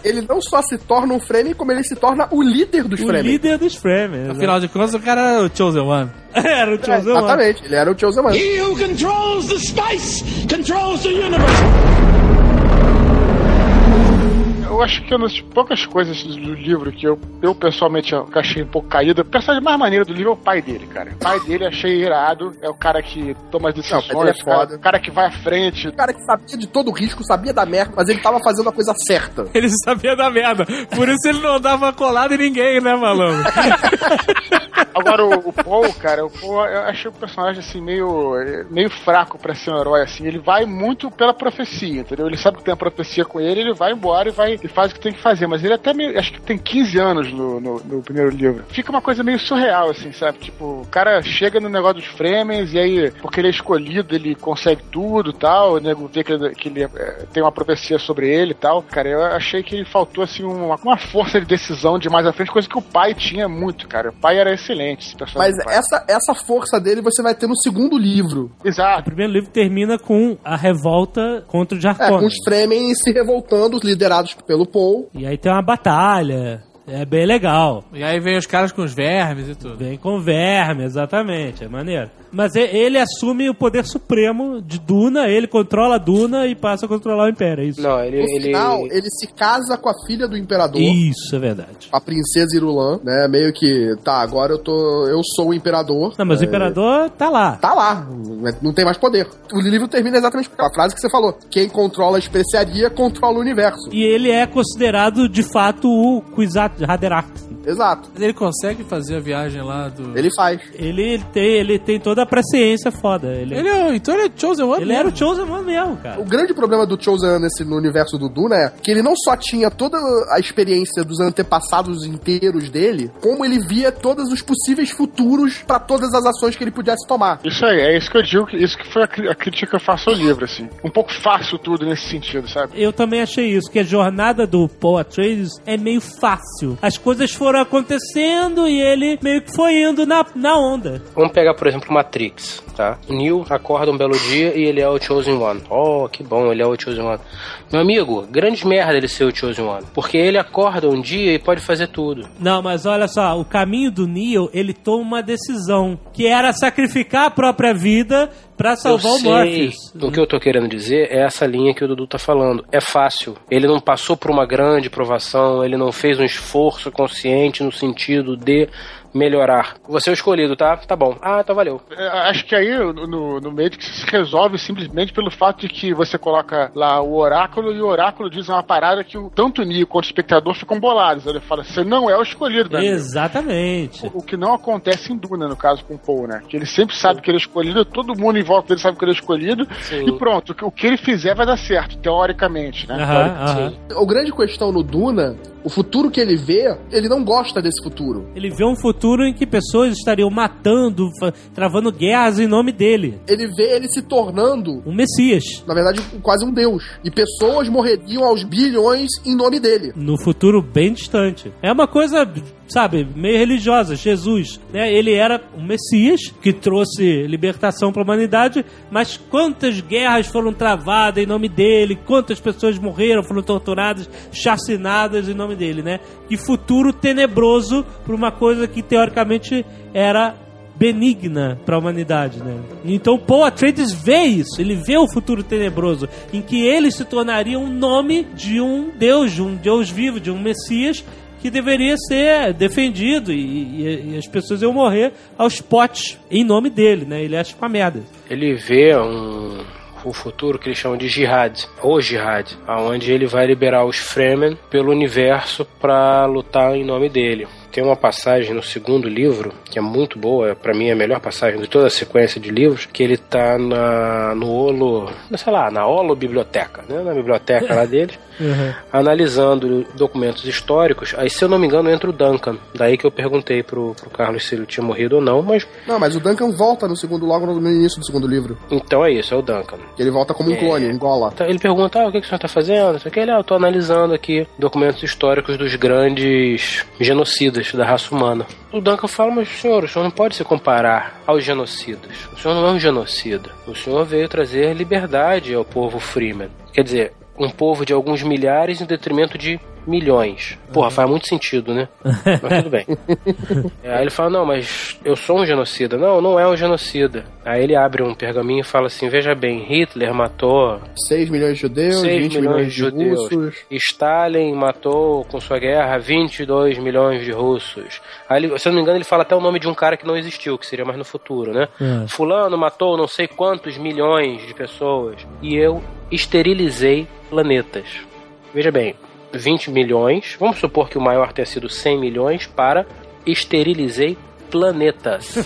Ele não só se torna um Fremen, como ele se torna o líder dos
O
Fremen.
líder dos Fremen. exato.
Afinal de contas, o cara era o Chosen One.
Era o
É,
tiozão. lá.
exatamente, ele era o Chosen One.
He who controls the spice controls the universe.
Eu acho que é uma das poucas coisas do livro que eu, eu pessoalmente eu achei um pouco caída, o personagem mais maneiro do livro é o pai dele, cara. O pai dele eu achei irado, é o cara que toma as decisões,
Não, o pai dele é
o cara-
foda.
o cara que vai à frente.
O cara que sabia de todo o risco, sabia da merda, mas ele tava fazendo a coisa certa.
Ele sabia da merda. Por isso ele não dava colada em ninguém, né, malandro?
Agora o, o Paul, cara, o Paul, eu achei o personagem assim meio, meio fraco pra ser um herói, assim. Ele vai muito pela profecia, entendeu? Ele sabe que tem a profecia com ele, ele vai embora e vai e faz o que tem que fazer. Mas ele até meio, acho que tem 15 anos no, no, no primeiro livro. Fica uma coisa meio surreal, assim, sabe? Tipo, o cara chega no negócio dos Fremens e aí, porque ele é escolhido, ele consegue tudo e tal. O nego vê que ele, que ele, eh, tem uma profecia sobre ele e tal. Cara, eu achei que faltou, assim, uma, uma força de decisão de mais à frente, coisa que o pai tinha muito, cara. O pai era excelente, esse personagem.
Mas
do pai.
essa, essa força dele você vai ter no segundo livro.
O
Exato.
primeiro livro termina com a revolta contra o
É, com
Jarkon. né?
os Fremen se revoltando, liderados pelo Paul.
E aí tem uma batalha. É bem legal.
E aí vem os caras com os vermes e tudo.
Vem com verme, exatamente, é maneiro. Mas e- ele assume o poder supremo de Duna, ele controla a Duna e passa a controlar o Império, é isso?
Não,
No
ele. ele...
final, ele se casa com a filha do imperador.
Isso, é verdade.
A princesa Irulan, né? Meio que, tá, agora eu tô. Eu sou o imperador.
Não, mas o
É,
Imperador tá lá.
Tá lá, não tem mais poder. O livro termina exatamente com a frase que você falou: quem controla a especiaria controla o universo.
E ele é considerado, de fato, o Kwisatz Haderach.
Exato.
Mas ele consegue fazer a viagem lá do...
Ele faz.
Ele tem, ele tem toda a presciência foda. Ele, ele,
Ele é o- então ele é Chosen One mesmo.
era o Chosen One mesmo, cara.
O grande problema do Chosen nesse no universo do Duna é que ele não só tinha toda a experiência dos antepassados inteiros dele, como ele via todos os possíveis futuros pra todas as ações que ele pudesse tomar.
Isso aí, é isso que eu digo, que isso que foi a, cri- a crítica que eu faço ao livro, assim. Um pouco fácil tudo nesse sentido, sabe?
Eu também achei isso, que a jornada do Paul Atreides é meio fácil. As coisas foram foram acontecendo e ele meio que foi indo na, na onda.
Vamos pegar, por exemplo, Matrix, tá? Neo acorda um belo dia e ele é o Chosen One. Oh, que bom, ele é o Chosen One. Meu amigo, grande merda ele ser o Chosen One. Porque ele acorda um dia e pode fazer tudo.
Não, mas olha só, o caminho do Neo, ele toma uma decisão, que era sacrificar a própria vida pra salvar
eu
o Morpheus.
O que eu tô querendo dizer é essa linha que o Dudu tá falando. É fácil. Ele não passou por uma grande provação, ele não fez um esforço consciente no sentido de melhorar. Você é o escolhido, tá? Tá bom. Ah, então valeu.
É, Acho que aí no- no, no Matrix se resolve simplesmente pelo fato de que você coloca lá o oráculo e o oráculo diz uma parada que o, tanto o Neo quanto o espectador ficam bolados. Ele fala, você não é o escolhido, né?
Exatamente.
O que não acontece em Duna, no caso com o Paul, né? Que ele sempre sabe que ele é escolhido, todo mundo em volta dele sabe que ele é escolhido, e pronto, o que- o que ele fizer vai dar certo, teoricamente, né?
Aham, aham.
A grande questão no Duna, o futuro que ele vê, ele não gosta desse futuro.
Ele vê um futuro em que pessoas estariam matando, fa- travando guerras em nome dele.
Ele vê ele se tornando,
Um Messias.
na verdade, quase um deus. E pessoas morreriam aos bilhões em nome dele.
No futuro bem distante. É uma coisa, sabe, meio religiosa. Jesus, né? Ele era um Messias que trouxe libertação para a humanidade, mas quantas guerras foram travadas em nome dele, quantas pessoas morreram, foram torturadas, chacinadas em nome dele, né? Que futuro tenebroso para uma coisa que teoricamente era benigna para a humanidade, né? Então Paul Atreides vê isso, ele vê o futuro tenebroso em que ele se tornaria um nome de um Deus, de um Deus vivo, de um Messias que deveria ser defendido e, e- e as pessoas iam morrer aos potes em nome dele, né? Ele acha uma merda.
Ele vê um, o futuro que eles chamam de jihad, ou jihad, aonde ele vai liberar os Fremen pelo universo pra lutar em nome dele. Tem uma passagem no segundo livro que é muito boa, pra mim é a melhor passagem de toda a sequência de livros, que ele tá na no Olo, sei lá, na Olo biblioteca, né, na biblioteca lá dele analisando documentos históricos, aí se eu não me engano entra o Duncan. Daí que eu perguntei pro, pro Carlos se ele tinha morrido ou não, mas
Não, mas o Duncan volta no segundo, logo no início do segundo livro.
então é isso, é o Duncan.
Que ele volta como um
É.
clone, um gola.
Então, ele pergunta, ah, o que, que o senhor tá fazendo? Não sei o que. Ele, ah, eu tô analisando aqui documentos históricos dos grandes genocidas da raça humana. O Duncan fala, mas senhor, o senhor não pode se comparar aos genocidas. O senhor não é um genocida. O senhor veio trazer liberdade ao povo Freeman. Quer dizer, um povo de alguns milhares em detrimento de milhões. Porra, faz muito sentido, né? Mas tudo bem. Aí ele fala, não, mas eu sou um genocida. Não, não é um genocida. Aí ele abre um pergaminho e fala assim, veja bem, Hitler matou
6 milhões de judeus,
6
20 milhões de russos.
Stalin matou com sua guerra 22 milhões de russos. Aí, ele- se eu não me engano, ele fala até o nome de um cara que não existiu, que seria mais no futuro, né?
É.
Fulano matou não sei quantos milhões de pessoas. E eu esterilizei planetas. Veja bem, 20 milhões, vamos supor que o maior tenha sido 100 milhões, para esterilizei planetas.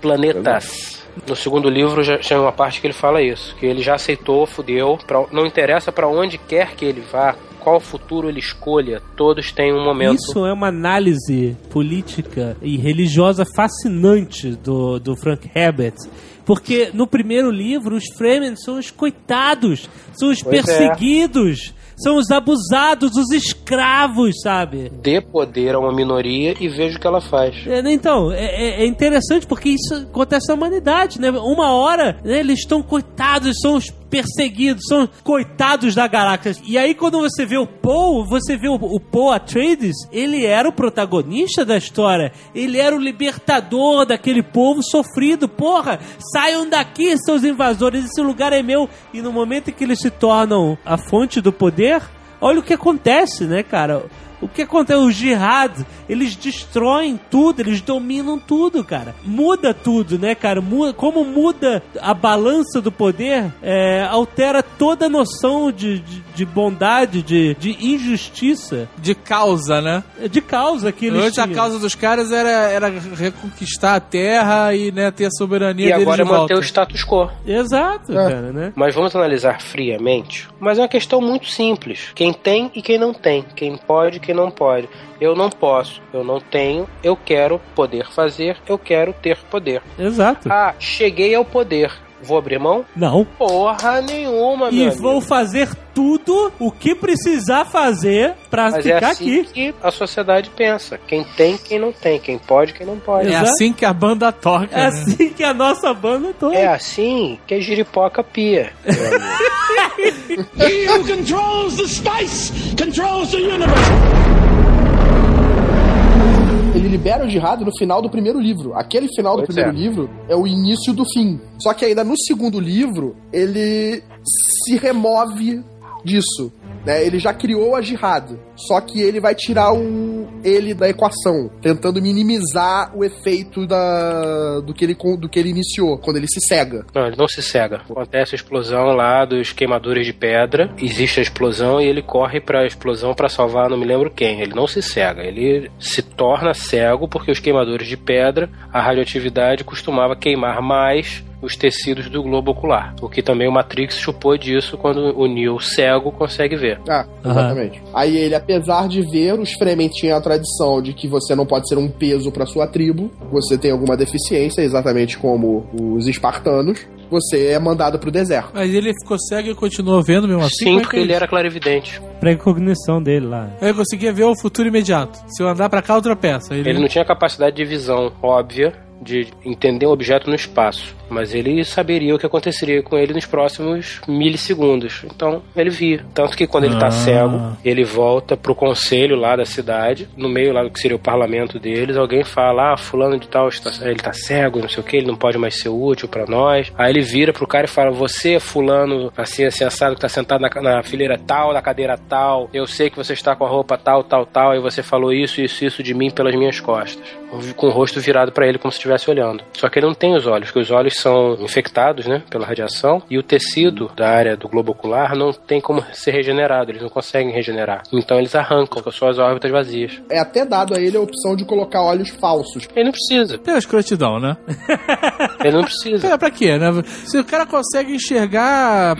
planetas. No segundo livro já tem uma parte que ele fala isso, que ele já aceitou, fudeu, pra- não interessa pra onde quer que ele vá, qual futuro ele escolha, todos têm um momento.
Isso é uma análise política e religiosa fascinante do, do Frank Herbert. Porque no primeiro livro, os Fremen são os coitados, são os
Pois é.
perseguidos, são os abusados, os escravos, sabe?
Dê poder a uma minoria e veja o que ela faz.
É, né, Então, é, é- é interessante porque isso acontece na humanidade, né? Uma hora né, eles estão coitados, são os perseguidos, são coitados da galáxia. E aí, quando você vê o Paul, você vê o, o Paul Atreides, ele era o protagonista da história. Ele era o libertador daquele povo sofrido. Porra, saiam daqui, seus invasores, esse lugar é meu. E no momento em que eles se tornam a fonte do poder, Olha o que acontece, né, cara? O que acontece? O jihad, eles destroem tudo, eles dominam tudo, cara. Muda tudo, né, cara? Mu- como muda a balança do poder, é, altera toda a noção de, de, de bondade, de, de injustiça,
De causa, né?
de causa que eles
Antes a
tinham.
causa dos caras era, era reconquistar a terra e né, ter a soberania
E
deles
agora é
de
manter
volta.
o status quo.
Exato,
É.
cara, né?
Mas vamos analisar friamente. Mas é uma questão muito simples. Quem tem e quem não tem. Quem pode e quem não pode. Eu não posso, eu não tenho, eu quero poder fazer, eu quero ter poder.
Exato.
Ah, cheguei ao poder. Vou abrir mão?
Não.
Porra nenhuma,
E
meu
vou
amigo.
fazer tudo o que precisar fazer pra
Mas é
ficar
assim
aqui.
que a sociedade pensa. Quem tem, quem não tem. Quem pode, quem não pode.
É
Exato.
assim que a banda toca.
É
né?
assim que a nossa banda tá. toca.
É assim que a giripoca pia. meu amigo.
He who controls the spice controls the universe.
Ele libera o jihad no final do primeiro livro. Aquele final do
Pois
primeiro
é.
livro é o início do fim. Só que ainda no segundo livro, ele se remove disso. né? Ele já criou a jihad. Só que ele vai tirar o ele da equação, tentando minimizar o efeito da, do, que ele, con- do que ele iniciou, quando ele se cega.
Não, ele não se cega. Acontece a explosão lá dos queimadores de pedra. Existe a explosão e ele corre pra explosão pra salvar não me lembro quem. Ele não se cega. Ele se torna cego porque os queimadores de pedra, a radioatividade costumava queimar mais os tecidos do globo ocular. O que também o Matrix chupou disso quando o Neo cego consegue ver.
Ah,
Aham.
exatamente. Aí ele, apesar de ver, os Fremen tinham a tradição de que você não pode ser um peso pra sua tribo, você tem alguma deficiência, exatamente como os espartanos, você é mandado pro deserto.
Mas ele ficou cego e continuou vendo mesmo assim?
Sim,
Como é
porque
que
ele era clarividente.
Pra incognição dele lá.
Eu conseguia ver o futuro imediato. Se eu andar pra cá, eu tropeço. Aí Ele,
Ele não tinha capacidade de visão óbvia de entender um objeto no espaço, mas ele saberia o que aconteceria com ele nos próximos milissegundos. Então, ele via. Tanto que quando ele tá
Ah.
cego, ele volta pro conselho lá da cidade, no meio lá do que seria o parlamento deles, alguém fala: "Ah, fulano de tal, está, ele tá cego, não sei o que, ele não pode mais ser útil pra nós". Aí ele vira pro cara e fala: "Você, fulano, assim assim assado que tá sentado na, ca- na fileira tal, na cadeira tal, eu sei que você está com a roupa tal, tal, tal, e você falou isso, isso, isso de mim pelas minhas costas". Com o rosto virado pra ele como se estivesse olhando. Só que ele não tem os olhos, porque os olhos são infectados, né, pela radiação, e o tecido da área do globo ocular não tem como ser regenerado, eles não conseguem regenerar. Então eles arrancam com as suas órbitas vazias.
É até dado a ele a opção de colocar olhos falsos.
Ele não precisa,
Pela escrotidão, né?
ele não precisa.
Pra, pra quê, né? Se o cara consegue enxergar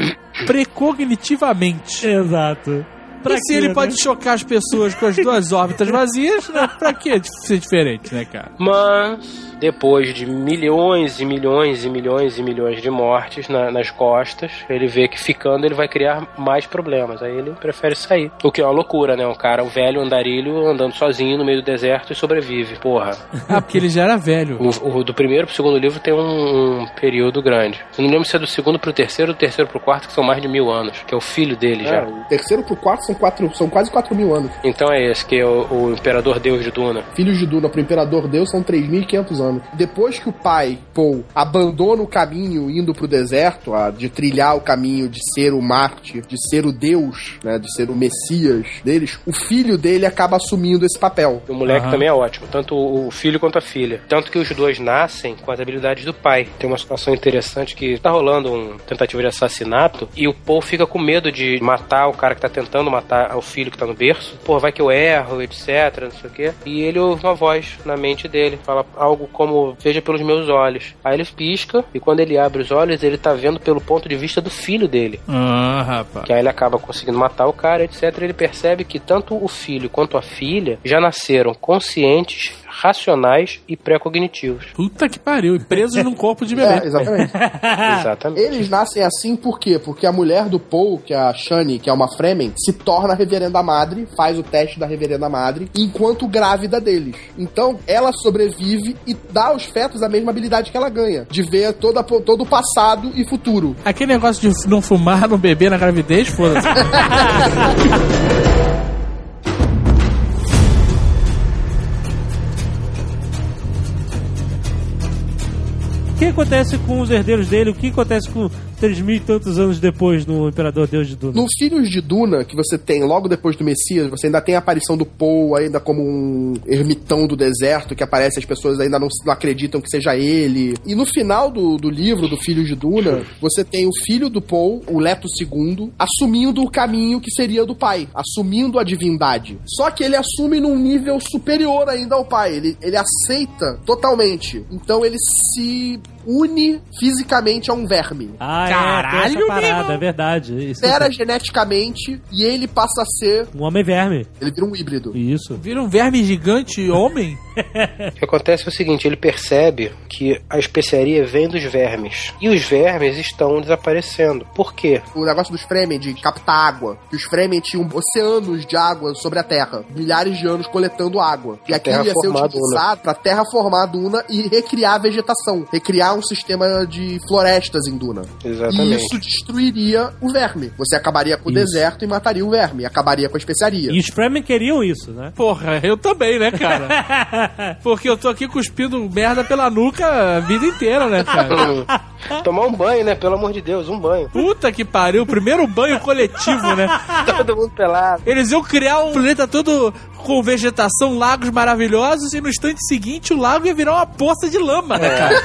precognitivamente.
Exato. Pra né?
e se ele pode chocar as pessoas com as duas órbitas vazias, né? pra que ser diferente, né, cara?
Mas, depois de milhões e milhões e milhões e milhões de mortes na- nas costas, ele vê que ficando ele vai criar mais problemas. Aí ele prefere sair. O que é uma loucura, né? Um cara, um velho andarilho andando sozinho no meio do deserto e sobrevive. Porra.
Ah, porque ele já era velho.
O, o do primeiro pro segundo livro tem um, um período grande. Eu não lembro se é do segundo pro terceiro, do terceiro pro quarto, que são mais de mil anos. Que é o filho dele já.
É, o terceiro pro quarto são, quatro, são quase 4 mil anos.
Então é esse, que é o, o Imperador Deus de Duna.
Filhos de Duna pro Imperador Deus são 3.500 anos. Depois que o pai, Paul, abandona o caminho indo pro deserto, ah, de trilhar o caminho de ser o mártir, de ser o Deus, né, de ser o Messias deles, o filho dele acaba assumindo esse papel.
O moleque
Aham.
também é ótimo, tanto o filho quanto a filha. Tanto que os dois nascem com as habilidades do pai. Tem uma situação interessante que tá rolando um tentativa de assassinato e o Paul fica com medo de matar o cara que tá tentando matar o filho que tá no berço. Pô, vai que eu erro, etc, não sei o quê. E ele ouve uma voz na mente dele, fala algo como veja pelos meus olhos. Aí ele pisca e quando ele abre os olhos, ele tá vendo pelo ponto de vista do filho dele.
Ah, rapaz.
Que aí ele acaba conseguindo matar o cara, etc. Ele percebe que tanto o filho quanto a filha já nasceram conscientes, racionais e pré-cognitivos.
Puta que pariu. E presos num corpo de
É,
bebê.
exatamente.
Exatamente.
Eles nascem assim por quê? Porque a mulher do Paul, que é a Shani, que é uma Fremen, se torna a reverenda madre, faz o teste da reverenda madre, enquanto grávida deles. Então, ela sobrevive e dá aos fetos a mesma habilidade que ela ganha, de ver toda, todo o passado e futuro.
Aquele negócio de f- não fumar, não beber na gravidez, foda-se.
O que acontece com os herdeiros dele? O que acontece com três mil e tantos anos depois no Imperador Deus de Duna?
No Filhos de Duna, que você tem logo depois do Messias, você ainda tem a aparição do Paul, ainda como um ermitão do deserto, que aparece, as pessoas ainda não, não acreditam que seja ele. E no final do, do livro, do Filhos de Duna, você tem o filho do Paul, o Leto II, assumindo o caminho que seria do pai, assumindo a divindade. Só que ele assume num nível superior ainda ao pai, ele, ele aceita totalmente. Então ele se une fisicamente a um verme.
Ah, é, tem
Caralho,
essa parada, é verdade. Isso.
Altera geneticamente e ele passa a ser.
Um homem verme.
Ele vira um híbrido.
Isso.
Vira um verme gigante homem?
O que acontece é o seguinte, ele percebe que a especiaria vem dos vermes. E os vermes estão desaparecendo. Por quê?
O negócio dos Fremen de captar água. Que os Fremen tinham oceanos de água sobre a Terra. Milhares de anos coletando água. E
A
aquilo
terra
ia ser
formar a duna.
utilizado pra terra formar a duna e recriar a vegetação. Recriar um sistema de florestas em duna. E
Exatamente.
isso destruiria o verme. Você acabaria com o
Isso.
deserto e mataria o verme. Acabaria com a especiaria.
E os Fremen queriam isso, né?
Porra, eu também, né, cara? Porque eu tô aqui cuspindo merda pela nuca a vida inteira, né, cara?
Tomar um banho, né? Pelo amor de Deus, um banho.
Puta que pariu, primeiro banho coletivo, né?
Todo mundo pelado.
Eles iam criar um planeta todo com vegetação, lagos maravilhosos, e no instante seguinte o lago ia virar uma poça de lama, né, cara?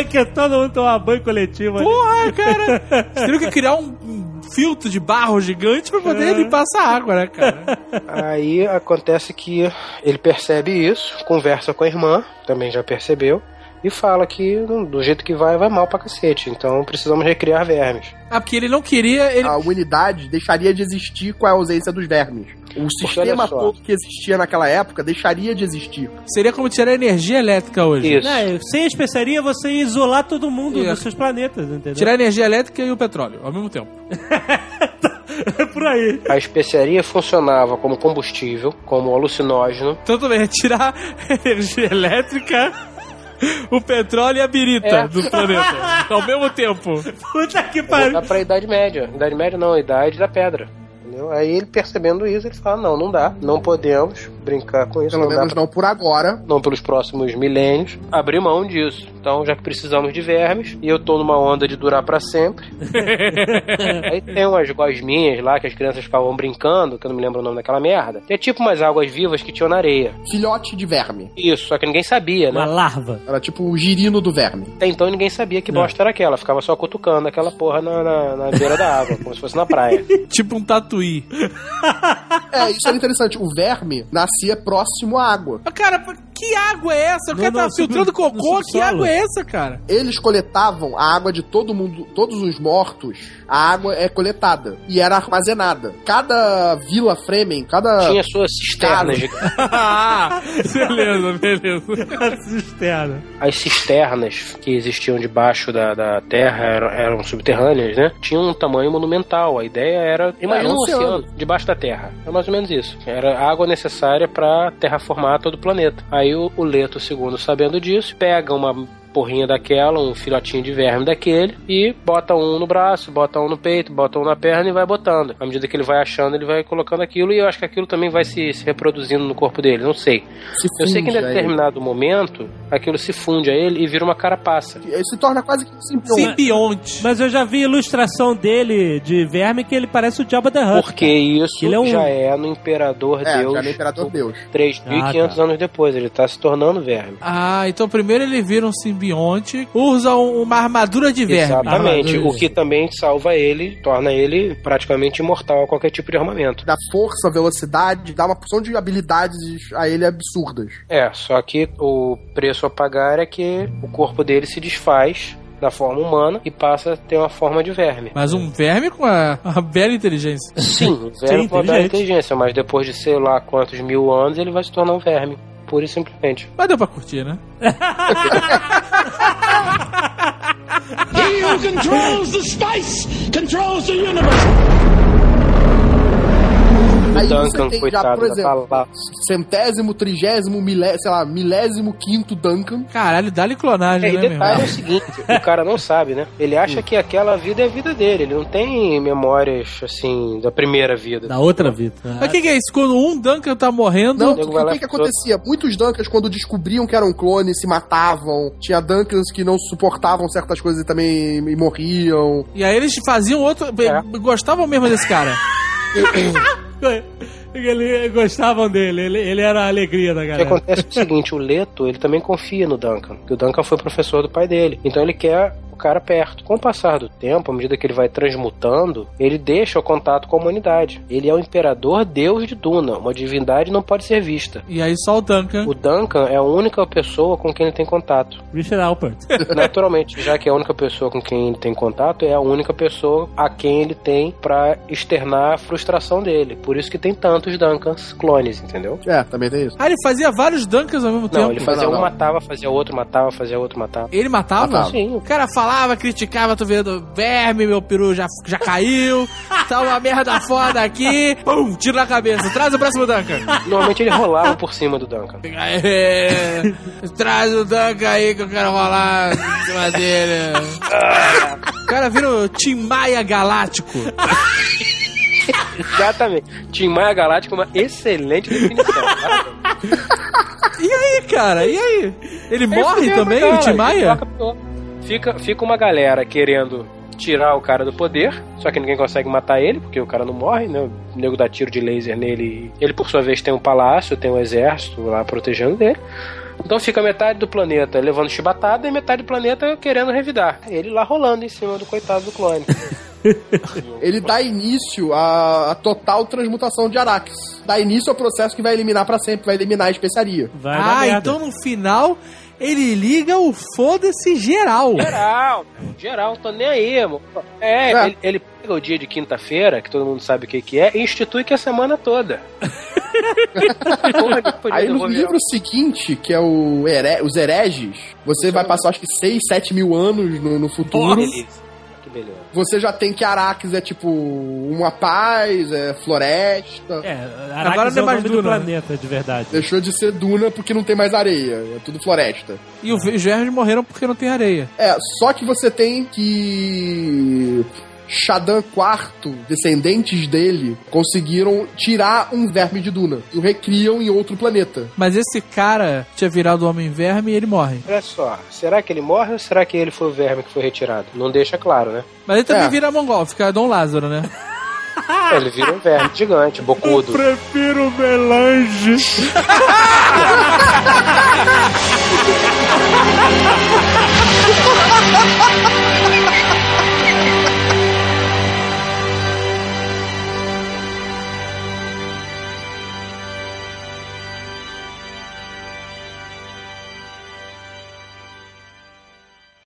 É que todo mundo tomar banho coletivo ali.
Porra, cara! Você teria que criar um, um filtro de barro gigante pra poder limpar essa água, né, cara?
Aí acontece que ele percebe isso, conversa com a irmã, também já percebeu, e fala que hum, do jeito que vai, vai mal pra cacete. Então precisamos recriar vermes.
Ah, porque ele não queria.
Ah.
Ele...
A humanidade deixaria de existir com a ausência dos vermes. O sistema
olha só.
todo que existia naquela época deixaria de existir.
Seria como tirar energia elétrica hoje.
Isso.
Né, sem a especiaria, você ia isolar todo mundo
Isso.
dos seus planetas, entendeu?
Tirar a energia elétrica e o petróleo ao mesmo tempo.
É por aí.
A especiaria funcionava como combustível, como alucinógeno.
Então também é tirar a energia elétrica, o petróleo e a birita
É.
do planeta. Ao mesmo tempo.
Puta que
Dá
pariu.
pra Idade Média. Idade Média não, Idade da Pedra. Entendeu? Aí ele percebendo isso, ele fala: não, não dá, não podemos brincar com isso.
Pelo
não dá
menos não por agora.
não pelos próximos milênios, abrir mão disso. Então, já que precisamos de vermes, e eu tô numa onda de durar pra sempre. Aí tem umas gosminhas lá que as crianças ficavam brincando, que eu não me lembro o nome daquela merda. Que é tipo umas águas vivas que tinham na areia.
Filhote de verme.
Isso, só que ninguém sabia,
Uma
né?
larva.
Era tipo o girino do verme.
Até então ninguém sabia que bosta era aquela. Ficava só cutucando aquela porra na, na, na beira da água, como se fosse na praia.
Tipo um tatuí.
É, isso era interessante. O verme nascia próximo à água.
Mas, cara, que água é essa? O
Não,
cara
não,
tá
sub-
filtrando cocô,
no
que
subsolo.
água é essa, cara?
Eles coletavam a água de todo mundo, todos os mortos. A água é coletada e era armazenada. Cada vila Fremen, cada
Tinha suas cisternas. de-
Ah, beleza, beleza.
A cisterna.
As cisternas que existiam debaixo da, da terra eram, eram subterrâneas, né? Tinham um tamanho monumental. A ideia era. Imagina
Era um
um oceano, debaixo da terra. É mais ou menos isso. Era a água necessária para terraformar todo o planeta. Aí o, o Leto II, sabendo disso, pega uma porrinha daquela, um filhotinho de verme daquele, e bota um no braço, bota um no peito, bota um na perna e vai botando. À medida que ele vai achando, ele vai colocando aquilo, e eu acho que aquilo também vai se- se reproduzindo no corpo dele, não sei.
se
Eu sei que em
funde a ele.
determinado momento, aquilo se funde a ele e vira uma carapaça.
Ele se torna quase que um simbionte.
Simbionte.
Mas eu já vi ilustração dele de verme que ele parece o Jabba the Hutt.
Porque isso
Ele é um-
já Ah, é no Imperador
É,
Deus.
já no Imperador Deus.
3.500
Ah, tá.
anos depois, ele tá se tornando verme.
Ah, então primeiro ele vira um simbionte, usa um- uma armadura de verme.
Exatamente.
Armadura.
O que também salva ele, torna ele praticamente imortal a qualquer tipo de armamento.
Dá força, velocidade, dá uma porção de habilidades a ele absurdas.
É, só que o preço a pagar é que o corpo dele se desfaz da forma humana e passa a ter uma forma de verme.
Mas
É.
um verme com a, a bela inteligência.
Sim, o
Sim,
verme pode dar
inteligente.
inteligência, mas depois de sei lá quantos mil anos ele vai se tornar um verme, pura e simplesmente.
Mas deu pra curtir, né?
He who controls the spice controls the universe.
Aí
Duncan,
você tem já,
coitado,
por
já tá
exemplo,
lá.
centésimo, trigésimo, milé, sei lá, milésimo quinto Duncan.
Caralho, dá-lhe clonagem,
É, e
né, meu
detalhe é
irmão?
o seguinte, o cara não sabe, né? Ele acha que aquela vida é a vida dele, ele não tem memórias, assim, da primeira vida.
Da outra vida.
Mas o que, que é isso? Quando um Duncan tá morrendo,
Não,
nego
o
vai lá
que, que
e pro
acontecia? Muitos Duncans, quando descobriam que eram clones, se matavam. Tinha Duncans que não suportavam certas coisas e também e morriam.
e aí eles faziam outro. Gostavam mesmo desse cara.
Ele gostavam dele, ele, ele era a alegria da
O
né?
que
galera.
acontece é o seguinte, o Leto, ele também confia no Duncan, que o Duncan foi professor do pai dele. Então ele quer cara perto. Com o passar do tempo, à medida que ele vai transmutando, ele deixa o contato com a humanidade. Ele é o imperador deus de Duna. Uma divindade não pode ser vista.
E aí só o Duncan.
O Duncan é a única pessoa com quem ele tem contato.
Richard Alpert.
Naturalmente, já que é a única pessoa com quem ele tem contato, é a única pessoa a quem ele tem pra externar a frustração dele. Por isso que tem tantos Duncans clones, entendeu?
É, também tem isso.
Ah, ele fazia vários Duncans ao mesmo
Não,
tempo.
ele fazia
Não,
um,
não.
matava, fazia outro, matava, fazia outro, matava.
Ele matava?
Matava.
Sim.
O cara falava, criticava, tô vendo verme, meu peru já, já caiu, tá uma merda foda aqui, pum, tiro na cabeça, traz o próximo Duncan.
Normalmente ele rolava por cima do Duncan.
É, traz o Duncan aí que eu quero rolar em cima dele. O cara vira o Tim Maia Galáctico.
Exatamente. Tim Maia Galáctico é uma excelente definição. cara.
E aí, cara, e aí? Ele morre
Esse
também,
cara,
o Tim
ele
Maia?
troca pelo- Fica, fica uma galera querendo tirar o cara do poder, só que ninguém consegue matar ele, porque o cara não morre, né? O nego dá tiro de laser nele. e Ele, por sua vez, tem um palácio, tem um exército lá protegendo dele. Então fica metade do planeta levando chibatada e metade do planeta querendo revidar. Ele lá rolando em cima do coitado do clone.
Ele dá início à, à total transmutação de Arax. Dá início ao processo que vai eliminar pra sempre, vai eliminar a especiaria.
Vai dar
Ah,
merda.
então no final ele liga o foda-se geral.
Geral, geral, tô nem aí, irmão. É,
É.
Ele, ele pega o dia de quinta-feira, que todo mundo sabe o que, que é, e institui que é a semana toda. Porra, que podia
Aí no
devolver.
livro seguinte, que é o Here- Os Hereges, você
é.
vai passar acho que 6, 7 mil anos no, no
Que
futuro.
beleza. Que beleza.
Você já tem que Arax é tipo uma paz, é floresta.
É, Agora não é mais do
Duna, né?
planeta, de verdade.
Deixou de ser duna porque não tem mais areia, é tudo floresta.
E os vermes morreram porque não tem areia.
É, só que você tem que. Shadan IV, descendentes dele, conseguiram tirar um verme de Duna e o recriam em outro planeta.
Mas esse cara tinha virado homem verme e ele morre.
Olha só, será que ele morre ou será que ele foi o verme que foi retirado? Não deixa claro, né?
Mas ele também
É.
vira mongol, fica Dom Lázaro, né?
É, Ele vira um verme gigante, bocudo.
Prefiro melange.